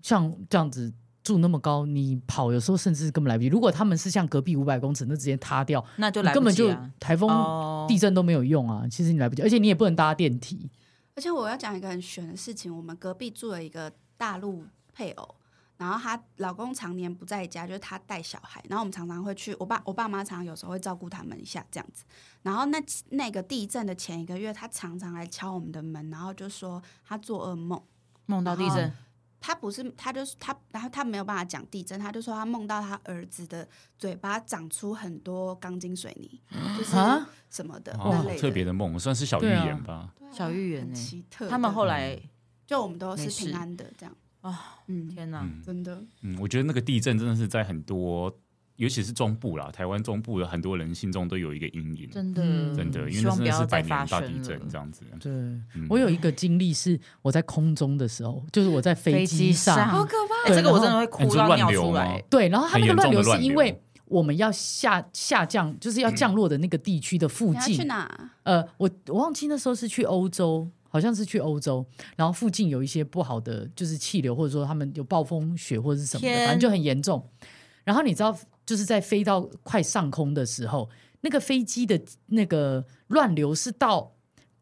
Speaker 3: 像这样子住那么高，你跑有时候甚至根本来不及。如果他们是像隔壁五百公尺，那直接塌掉，
Speaker 2: 那就
Speaker 3: 你
Speaker 2: 来
Speaker 3: 根
Speaker 2: 不
Speaker 3: 本
Speaker 2: 及
Speaker 3: 就
Speaker 2: 啊。
Speaker 3: 台风、
Speaker 2: 哦
Speaker 3: 地震都没有用啊。其实你来不及，而且你也不能搭电梯。
Speaker 4: 而且我要讲一个很悬的事情，我们隔壁住了一个大陆配偶，然后她老公常年不在家，就是她带小孩，然后我们常常会去，我爸我爸妈常常有时候会照顾他们一下这样子。然后那那个地震的前一个月，她常常来敲我们的门，然后就说她做噩梦。
Speaker 2: 梦到地
Speaker 3: 啊
Speaker 2: 震，
Speaker 4: 她不是，她就是她，然后她没有办法讲地震，她就说她梦到她儿子的嘴巴长出很多钢筋水泥，就是
Speaker 3: 啊
Speaker 4: 什么的、
Speaker 1: 哦
Speaker 4: 那
Speaker 1: 好
Speaker 4: 类的。
Speaker 1: 特别的梦，算是小预
Speaker 3: 对啊
Speaker 1: 言吧。
Speaker 4: 对啊
Speaker 2: 小芋圆
Speaker 4: 很
Speaker 2: 欸
Speaker 4: 奇特的。
Speaker 2: 他们后来
Speaker 4: 就我们都
Speaker 2: 没
Speaker 4: 是
Speaker 2: 事
Speaker 4: 平安的这样
Speaker 2: 啊
Speaker 4: 嗯，
Speaker 2: 天哪，
Speaker 1: 嗯
Speaker 4: 真的。
Speaker 1: 嗯，我觉得那个地震真的是在很多，尤其是中部啦，台湾中部的很多人心中都有一个阴影，
Speaker 2: 真的
Speaker 3: 嗯
Speaker 1: 真的，因为
Speaker 2: 希
Speaker 1: 那
Speaker 2: 望
Speaker 1: 真
Speaker 2: 不
Speaker 1: 的
Speaker 2: 要
Speaker 1: 是
Speaker 2: 再
Speaker 1: 百年
Speaker 2: 发
Speaker 1: 大地
Speaker 2: 生
Speaker 1: 震这
Speaker 2: 了。
Speaker 1: 样子。
Speaker 3: 对，
Speaker 1: 嗯
Speaker 3: 我有一个经历是我在空中的时候，就是我在飞
Speaker 2: 飞
Speaker 3: 机
Speaker 2: 机
Speaker 3: 上，
Speaker 2: 上，
Speaker 4: 可怕
Speaker 2: 哎，
Speaker 3: 对
Speaker 2: 这个我
Speaker 3: 然后
Speaker 2: 真的会
Speaker 1: 你
Speaker 2: 哭
Speaker 1: 说
Speaker 2: 到
Speaker 1: 乱
Speaker 2: 尿
Speaker 1: 流
Speaker 2: 出
Speaker 1: 吗
Speaker 2: 来。欸
Speaker 3: 对，然后它
Speaker 1: 很
Speaker 3: 那个
Speaker 1: 严
Speaker 3: 乱
Speaker 1: 重的
Speaker 3: 流
Speaker 1: 乱
Speaker 3: 是因
Speaker 1: 流嗯
Speaker 3: 为我们要下下降，就是要降落的那个地区的附
Speaker 4: 你要去
Speaker 3: 近。
Speaker 4: 哪？
Speaker 3: 呃，我我忘记那时候是去欧洲，好像是去欧洲，然后附近有一些不好的就是气流，或者说他们有暴风雪或者是什么的，
Speaker 2: 天
Speaker 3: 反正就很严重。然后你知道，就是在飞到快上空的时候，那个飞机的那个乱流是到。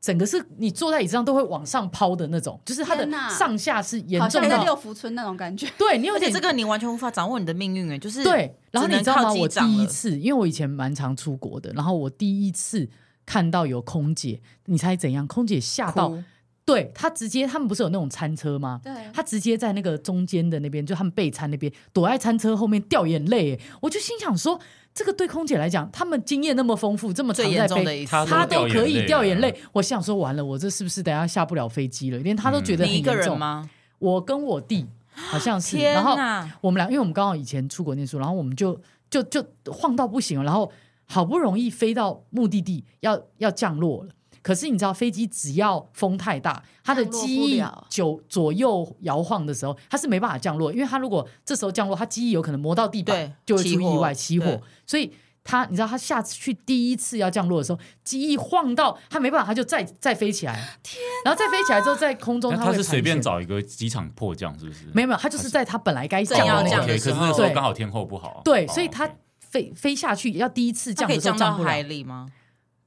Speaker 3: 整个是你坐在椅子上都会往上抛的那种，就是它的
Speaker 4: 天哪
Speaker 3: 上下是严
Speaker 4: 好
Speaker 3: 重
Speaker 4: 像在
Speaker 3: 到，
Speaker 4: 六福村那种感觉。
Speaker 3: 对你有
Speaker 2: 而且
Speaker 3: 点
Speaker 2: 这个你完全无法掌握你的命运哎，就是
Speaker 3: 对，然后
Speaker 2: 只
Speaker 3: 你
Speaker 2: 能
Speaker 3: 知道
Speaker 2: 靠
Speaker 3: 吗？
Speaker 2: 机
Speaker 3: 我
Speaker 2: 长
Speaker 3: 第一
Speaker 2: 了
Speaker 3: 次，因为我以前蛮常出国的，然后我第一次看到有空姐，你猜怎样？空姐吓到，
Speaker 2: 哭啊
Speaker 3: 对她直接，他们不是有那种餐车吗？
Speaker 4: 对
Speaker 3: 她直接在那个中间的那边，就他们备餐那边，躲在餐车后面掉眼泪。哎我就心想说，这个对空姐来讲，他们经验那么丰富，这么常
Speaker 2: 最
Speaker 3: 在
Speaker 2: 严重的
Speaker 3: 飞，
Speaker 2: 一次，
Speaker 1: 他
Speaker 3: 她
Speaker 1: 都
Speaker 3: 都
Speaker 1: 掉
Speaker 3: 可
Speaker 1: 眼
Speaker 3: 以
Speaker 1: 泪
Speaker 3: 掉
Speaker 1: 了
Speaker 3: 眼泪。我想说，完了，我这是不是等一下下不了飞机了？连她都
Speaker 1: 嗯
Speaker 3: 觉得很
Speaker 2: 你一个
Speaker 3: 严
Speaker 2: 人
Speaker 3: 重。
Speaker 2: 吗？
Speaker 3: 我跟我弟好像是，
Speaker 2: 天
Speaker 3: 然后
Speaker 2: 哪，
Speaker 3: 我们俩，因为我们刚好以前出国念书，然后我们就就就晃到不行了，然后好不容易飞到目的地，要要降落了。可是你知道，飞机只要风太大，它的
Speaker 4: 降落
Speaker 3: 机
Speaker 4: 不
Speaker 3: 翼
Speaker 4: 了
Speaker 3: 左左右摇晃的时候，它是没办法降落，因为它如果这时候降落，它机翼有可能磨到地
Speaker 2: 对
Speaker 3: 板，就会
Speaker 2: 起
Speaker 3: 出
Speaker 2: 火
Speaker 3: 意外起火
Speaker 2: 对。
Speaker 3: 所以它，你知道，它下次去第一次要降落的时候，机翼晃到它没办法，它就再再飞起来。天！然后再飞起来之后，在空中
Speaker 1: 那
Speaker 3: 它
Speaker 1: 他
Speaker 3: 会
Speaker 1: 是随便
Speaker 3: 盘旋，
Speaker 1: 找一个机场迫降，是不是？
Speaker 3: 没有没有，它就是在它本来该
Speaker 2: 正
Speaker 3: 降落
Speaker 2: 要
Speaker 3: 的那
Speaker 2: 降
Speaker 3: 个
Speaker 1: 哦
Speaker 2: 的
Speaker 1: ，OK，
Speaker 2: 时
Speaker 1: 可
Speaker 2: 候
Speaker 1: 是那时候
Speaker 3: 对
Speaker 1: 刚好天候不好。
Speaker 3: 对，
Speaker 1: 哦
Speaker 3: 所以它
Speaker 1: OK
Speaker 3: 飞飞下去要第一次
Speaker 2: 他
Speaker 3: 降
Speaker 2: 可
Speaker 3: 的
Speaker 2: 以
Speaker 3: 时
Speaker 2: 降
Speaker 3: 候降
Speaker 2: 到
Speaker 3: 不
Speaker 2: 海
Speaker 3: 了，
Speaker 2: 里吗？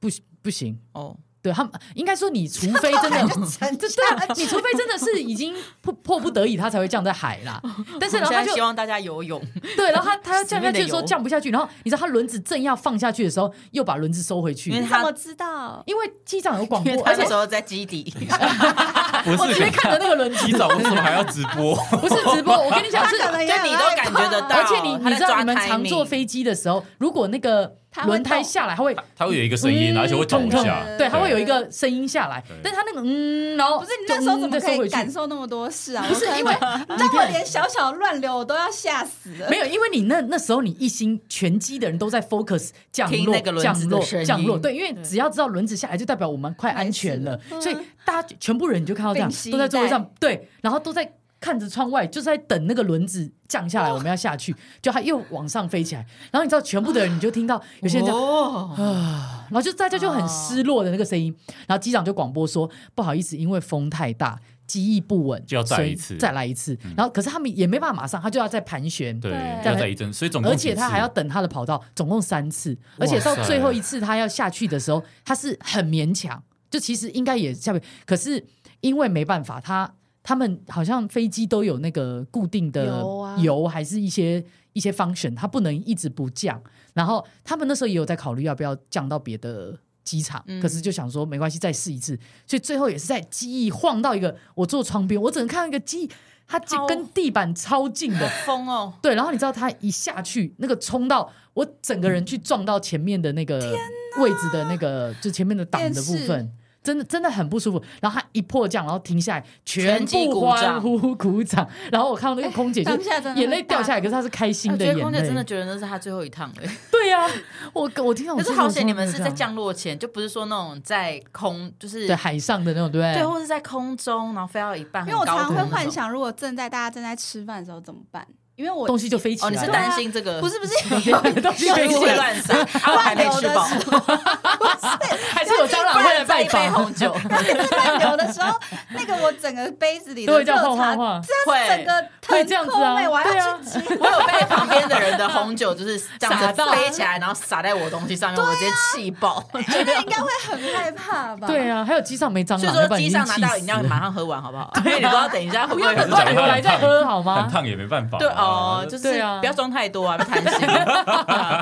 Speaker 3: 不不行。
Speaker 2: 哦，
Speaker 3: 对他们应该说，你除非真 的，
Speaker 4: 沉
Speaker 3: 对对啊，你除非真的是已经迫迫不得已，他才会降在海 啦。但是然后他就
Speaker 2: 望大家游 泳，
Speaker 3: 对，然后他他要
Speaker 2: 死
Speaker 3: 降
Speaker 2: 命
Speaker 3: 下
Speaker 2: 地
Speaker 3: 去的时候
Speaker 2: 游
Speaker 3: 降不下去，然后你知道他轮子正要放下去的时候，又把轮子收回去
Speaker 2: 因，为
Speaker 4: 怎
Speaker 2: 他
Speaker 4: 么知道？
Speaker 3: 因为机长有广
Speaker 2: 因为
Speaker 3: 播，
Speaker 2: 他
Speaker 3: 而且
Speaker 2: 那时候在基底，
Speaker 1: 不
Speaker 3: 我直接
Speaker 1: 是
Speaker 3: 看着那个轮子，
Speaker 1: 机长为什么还要直播？
Speaker 3: 不是直播，我跟你讲
Speaker 4: 他
Speaker 3: 是
Speaker 4: 可能 也
Speaker 2: 就你都感觉得到，
Speaker 3: 哎 而且你
Speaker 2: 他
Speaker 3: 你
Speaker 2: 在
Speaker 3: 知道，
Speaker 2: 抓
Speaker 3: 你们常
Speaker 2: timing
Speaker 3: 坐飞机的时候，如果那个
Speaker 4: 它会
Speaker 3: 轮胎
Speaker 4: 动
Speaker 3: 下来，它会
Speaker 5: 它会有一个声音，
Speaker 3: 嗯
Speaker 5: 而且会抖一
Speaker 3: 痛
Speaker 5: 下。
Speaker 3: 对，它会有一个声音下来
Speaker 5: 对，
Speaker 3: 但它那个嗯，然后
Speaker 4: 不是你那时候怎么
Speaker 3: 就嗯再
Speaker 4: 可
Speaker 3: 收回
Speaker 4: 以
Speaker 3: 去
Speaker 4: 感受那么多事啊？
Speaker 3: 不是因为
Speaker 4: 让我连小小乱流我都要吓死了。
Speaker 3: 没有，因为你那那时候你一心拳击的人都在 focus 降
Speaker 2: 听
Speaker 3: 落
Speaker 2: 那个轮子
Speaker 3: 降
Speaker 2: 的
Speaker 3: 落
Speaker 2: 声音
Speaker 3: 降落，对，因为
Speaker 2: 对
Speaker 3: 只要知道轮子下来，就代表我们快安全了，
Speaker 4: 没事
Speaker 3: 所以大家全部人你就看到这样
Speaker 4: 屏息以
Speaker 3: 都在座位上，对，然后都在。看着窗外，就是在等那个轮子降下来，我们要下去，就它又往上飞起来。然后你知道，全部的人你就听到有些人这样
Speaker 2: 哦，
Speaker 3: 然后就大家就很失落的那个声音，然后机长就广播说：“不好意思，因为风太大，机翼不稳，
Speaker 1: 就要再
Speaker 3: 所以
Speaker 1: 一次
Speaker 3: 再来一次。然后可是他们也没办法马上，他就要再盘旋，
Speaker 1: 对，
Speaker 4: 对
Speaker 1: 要在一阵，所以总共
Speaker 3: 而
Speaker 1: 几
Speaker 3: 且他
Speaker 1: 次
Speaker 3: 还要等他的跑道，总共三次，
Speaker 1: 哇
Speaker 3: 而
Speaker 1: 塞
Speaker 3: 且到最后一次他要下去的时候，他是很勉强，就其实应该也下面，可是因为没办法，他他们好像飞机都有那个固定的
Speaker 4: 油啊
Speaker 3: 油，还是一些一些 function，它不能一直不降。然后他们那时候也有在考虑要不要降到别的。机场，
Speaker 2: 嗯
Speaker 3: 可是就想说没关系，再试一次，所以最后也是在机翼晃到一个，我坐窗边，我只能看到一个机翼，它就
Speaker 2: 好
Speaker 3: 跟地板超近的，
Speaker 2: 疯哦，
Speaker 3: 对，然后你知道他一下去，那个冲到我整个人去撞到前面的那个位置的那个，就前面的挡的部
Speaker 4: 电
Speaker 3: 分。真的真的很不舒服，然后他一迫降，然后停下来，
Speaker 2: 全
Speaker 3: 全
Speaker 2: 体
Speaker 3: 部
Speaker 2: 鼓
Speaker 3: 欢
Speaker 2: 掌哎
Speaker 3: 呼鼓掌。然后我看到那个空姐就
Speaker 4: 当下真的
Speaker 3: 眼泪掉下来，可是她是开心
Speaker 2: 我
Speaker 3: 的
Speaker 2: 觉
Speaker 3: 眼
Speaker 2: 得
Speaker 3: 泪。
Speaker 2: 空姐真的觉得那是她最后一趟了。欸
Speaker 3: 对呀、我我听到我
Speaker 2: 可是
Speaker 3: 真的
Speaker 2: 好险，
Speaker 3: 从
Speaker 2: 你
Speaker 3: 来
Speaker 2: 们
Speaker 3: 没有
Speaker 2: 是
Speaker 3: 这
Speaker 2: 在
Speaker 3: 样
Speaker 2: 降落前，就不是说那种在空，就是
Speaker 3: 对海上的那种，对不
Speaker 2: 对，或是在空中，然后飞到一半，
Speaker 4: 因为我
Speaker 2: 很高
Speaker 4: 常
Speaker 2: 空
Speaker 4: 会
Speaker 2: 那种
Speaker 4: 幻想，如果正在大家正在吃饭的时候怎么办？因为我
Speaker 3: 东西就飞起
Speaker 2: 哦，
Speaker 3: 来
Speaker 2: 你
Speaker 3: 了。
Speaker 2: 是
Speaker 4: 大
Speaker 2: 担心这个
Speaker 4: 不
Speaker 2: 是
Speaker 4: 是不是有
Speaker 3: 东西飞
Speaker 2: 食
Speaker 3: 起
Speaker 2: 物会
Speaker 3: 来，
Speaker 2: 乱撒，然后还没
Speaker 4: 乱
Speaker 2: 吃
Speaker 4: 流的
Speaker 2: 饱，
Speaker 4: 时候，
Speaker 3: 还是有蟑螂会
Speaker 2: 再
Speaker 3: 来拜
Speaker 2: 一杯
Speaker 3: 访，
Speaker 2: 红酒
Speaker 4: 乱流的时候，那个我整个杯子 里
Speaker 3: 都
Speaker 4: 的
Speaker 3: 会 这
Speaker 4: 热
Speaker 3: 样晃
Speaker 4: 茶
Speaker 3: 晃晃。
Speaker 4: 整
Speaker 2: 会。
Speaker 4: 个
Speaker 3: 会
Speaker 4: 腾
Speaker 3: 这样子
Speaker 4: 空
Speaker 3: 啊
Speaker 4: 欸我
Speaker 3: 对
Speaker 4: 要
Speaker 3: 啊
Speaker 4: 去接。
Speaker 2: 我有被旁边的人的红酒就是这样
Speaker 3: 撒
Speaker 2: 子
Speaker 3: 到
Speaker 2: 飞起来，然后洒在我东西上面，我直接气爆。
Speaker 4: 觉得应该会很害怕吧？
Speaker 3: 对啊，还有机上没蟑螂，
Speaker 2: 所以
Speaker 3: 哎要不
Speaker 2: 说
Speaker 3: 然已
Speaker 2: 机
Speaker 3: 经
Speaker 2: 上拿
Speaker 3: 气
Speaker 2: 到
Speaker 3: 死
Speaker 2: 饮料，
Speaker 3: 了
Speaker 2: 马上喝完好不好？因为你不知道等一下会不会
Speaker 5: 要
Speaker 2: 很
Speaker 5: 等到
Speaker 3: 换
Speaker 5: 你
Speaker 3: 牛奶再喝好
Speaker 5: 很
Speaker 3: 吗？
Speaker 5: 烫也没办法。
Speaker 2: 对哦，就是
Speaker 3: 对啊
Speaker 2: 不要装太多啊，不要贪心，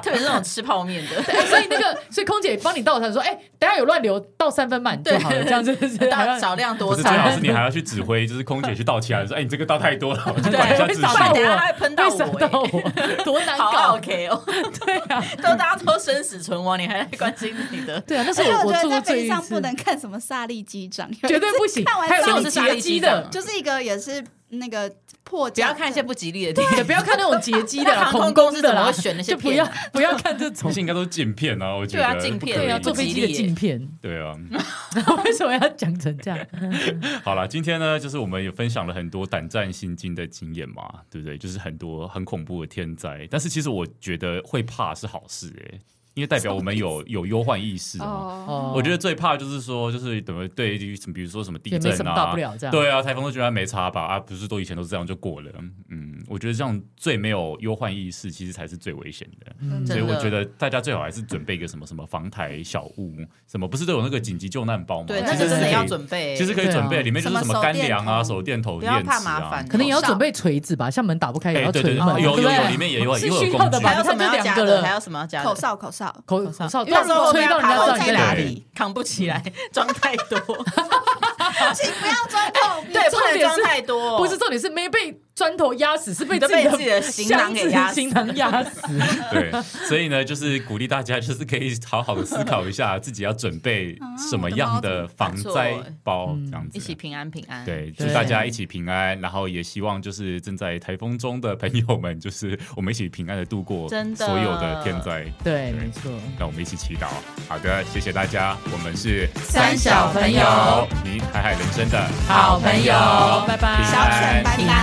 Speaker 2: 特别是那种吃泡面的，
Speaker 3: 哎 所以那个，所以空姐帮你倒茶说，哎、等下有乱流，倒三分满就好了，
Speaker 2: 对
Speaker 3: 这 样就是好
Speaker 2: 到
Speaker 3: 像
Speaker 2: 少量
Speaker 5: 不
Speaker 2: 多
Speaker 5: 是
Speaker 2: 餐
Speaker 5: 最。好是你还要去指挥，就是空姐去倒起来说：“哎，你这个倒太多了，我去
Speaker 2: 对
Speaker 5: 管一下
Speaker 3: 会
Speaker 5: 秩
Speaker 3: 打
Speaker 2: 不然
Speaker 3: 到
Speaker 5: 序。
Speaker 2: 等一下它
Speaker 3: 我
Speaker 2: 会喷到
Speaker 3: 会闪
Speaker 2: 我
Speaker 3: 到
Speaker 2: 欸。
Speaker 3: 我，多难
Speaker 2: 好
Speaker 3: 搞。
Speaker 2: OK 哦，
Speaker 3: 对啊，
Speaker 2: 都大家都生死存亡，你还在关心你的？
Speaker 3: 对啊，那是
Speaker 4: 而且
Speaker 3: 我
Speaker 4: 我觉
Speaker 3: 住过
Speaker 4: 得在
Speaker 3: 最
Speaker 4: 飞
Speaker 3: 一
Speaker 4: 上
Speaker 3: 次
Speaker 4: 不，能看什么萨利机长，
Speaker 3: 绝对不行。
Speaker 4: 看完
Speaker 3: 还有那
Speaker 4: 上
Speaker 3: 种
Speaker 2: 次杀
Speaker 3: 劫
Speaker 2: 鸡
Speaker 3: 机
Speaker 2: 场
Speaker 3: 的，
Speaker 4: 就是一个也是那个破
Speaker 2: 不
Speaker 4: 降
Speaker 2: 要
Speaker 4: 的，
Speaker 2: 看一些不吉利的地
Speaker 3: 也
Speaker 2: 方。
Speaker 3: 不要看那种劫机的啦，
Speaker 2: 啊那 航空
Speaker 3: 公
Speaker 2: 公司
Speaker 3: 的
Speaker 2: 怎么
Speaker 3: 啦，
Speaker 2: 会选那些
Speaker 3: 就不
Speaker 2: 片
Speaker 3: 要
Speaker 2: 啊
Speaker 3: 不要看这 种
Speaker 5: 这。些应该都是镜片啊，我觉
Speaker 2: 对啊
Speaker 5: 得
Speaker 2: 镜片
Speaker 3: 对啊，
Speaker 2: 不
Speaker 3: 坐飞
Speaker 2: 吉
Speaker 3: 机的
Speaker 2: 利耶
Speaker 3: 镜片，
Speaker 5: 对啊。
Speaker 3: 为什么要讲成 这样？
Speaker 1: 好啦，今天呢，就是我们也分享了很多胆战心惊的经验嘛，对不对？就是很多很恐怖的天灾，但是其实我觉得会怕是好事诶、因为代表我们有有忧患意识啊。
Speaker 4: 哦，
Speaker 3: 哦
Speaker 1: 我觉得最怕就是说，就是怎么对于什么，比如说什么地
Speaker 3: 也
Speaker 1: 震
Speaker 3: 没什么大
Speaker 1: 啊
Speaker 3: 不，了，这样
Speaker 1: 对啊，台风都觉得没差吧？啊，不是都以前都是这样就过了。嗯，我觉得这样最没有忧患意识，其实才是最危险的。
Speaker 3: 嗯
Speaker 1: 所以
Speaker 2: 真
Speaker 1: 我
Speaker 2: 的
Speaker 1: 觉得大家最好还是准备一个什么什么防台小物，什么不是都有那个紧急救难包吗？
Speaker 2: 对，
Speaker 1: 其
Speaker 2: 那
Speaker 1: 实
Speaker 2: 个
Speaker 1: 是
Speaker 2: 真的
Speaker 1: 可以
Speaker 2: 要准备，
Speaker 1: 其实可以准
Speaker 3: 对
Speaker 1: 备，
Speaker 3: 啊
Speaker 1: 里面就是
Speaker 4: 什
Speaker 1: 什
Speaker 4: 么
Speaker 1: 么
Speaker 4: 手
Speaker 1: 干
Speaker 4: 电
Speaker 1: 粮啊、
Speaker 4: 筒
Speaker 1: 手电筒、
Speaker 2: 不要
Speaker 1: 电池
Speaker 2: 怕麻
Speaker 1: 啊
Speaker 2: 烦。
Speaker 3: 可能也要
Speaker 2: 少
Speaker 3: 准备锤子吧，像门打不开也
Speaker 1: 哎，
Speaker 3: 要
Speaker 1: 对
Speaker 3: 锤
Speaker 1: 对，
Speaker 3: 嘛，
Speaker 1: 对有
Speaker 3: 对
Speaker 1: 有
Speaker 3: 不
Speaker 1: 有，
Speaker 3: 对
Speaker 1: 里面也有
Speaker 3: 是
Speaker 1: 也有
Speaker 3: 需
Speaker 1: 工
Speaker 3: 要的
Speaker 1: 具
Speaker 3: 吧
Speaker 2: 还有什么要
Speaker 3: 你看
Speaker 2: 加
Speaker 3: 这两个
Speaker 2: 的？
Speaker 3: 了
Speaker 2: 还有什么要加的？
Speaker 4: 口哨口哨，
Speaker 3: 口
Speaker 2: 口哨
Speaker 3: 哨，
Speaker 2: 因为那时候
Speaker 3: 吹到人
Speaker 2: 还
Speaker 3: 家
Speaker 2: 有
Speaker 3: 知道
Speaker 4: 口
Speaker 3: 你
Speaker 4: 在
Speaker 3: 在
Speaker 4: 哪
Speaker 3: 哪
Speaker 1: 对
Speaker 3: 里。
Speaker 4: 里？
Speaker 2: 扛不起 来，装太多。
Speaker 4: 请不要装 透明。
Speaker 2: 对，
Speaker 3: 重
Speaker 2: 不能
Speaker 3: 点
Speaker 2: 装
Speaker 3: 是
Speaker 2: 太多。
Speaker 3: 不是重点是没被砖头压死，是被
Speaker 2: 哦你都
Speaker 3: 自己的
Speaker 2: 被自己的行囊给压
Speaker 3: 箱子
Speaker 2: 死
Speaker 3: 行囊压死。
Speaker 1: 对，所以呢，就是鼓励大家，就是可以好好的思考一下，自己要准 备
Speaker 2: 啊
Speaker 1: 什么样的防灾包，这样
Speaker 2: 嗯一起
Speaker 1: 子。
Speaker 2: 平安平安。，
Speaker 1: 对，祝
Speaker 3: 对
Speaker 1: 大家一起平安，然后也希望就是正在台风中的朋友们，就是我们一起平安的度过
Speaker 2: 真的
Speaker 1: 所有的天灾。
Speaker 3: 对，没错。
Speaker 1: 让我们一起祈祷。好的，谢谢大家，我们是
Speaker 2: 三小朋友，
Speaker 1: 你海海人生的
Speaker 2: 好朋友
Speaker 1: 好
Speaker 3: 拜拜
Speaker 1: 平
Speaker 4: 小
Speaker 1: 安
Speaker 4: 沈，拜
Speaker 2: 平
Speaker 4: 拜
Speaker 2: 安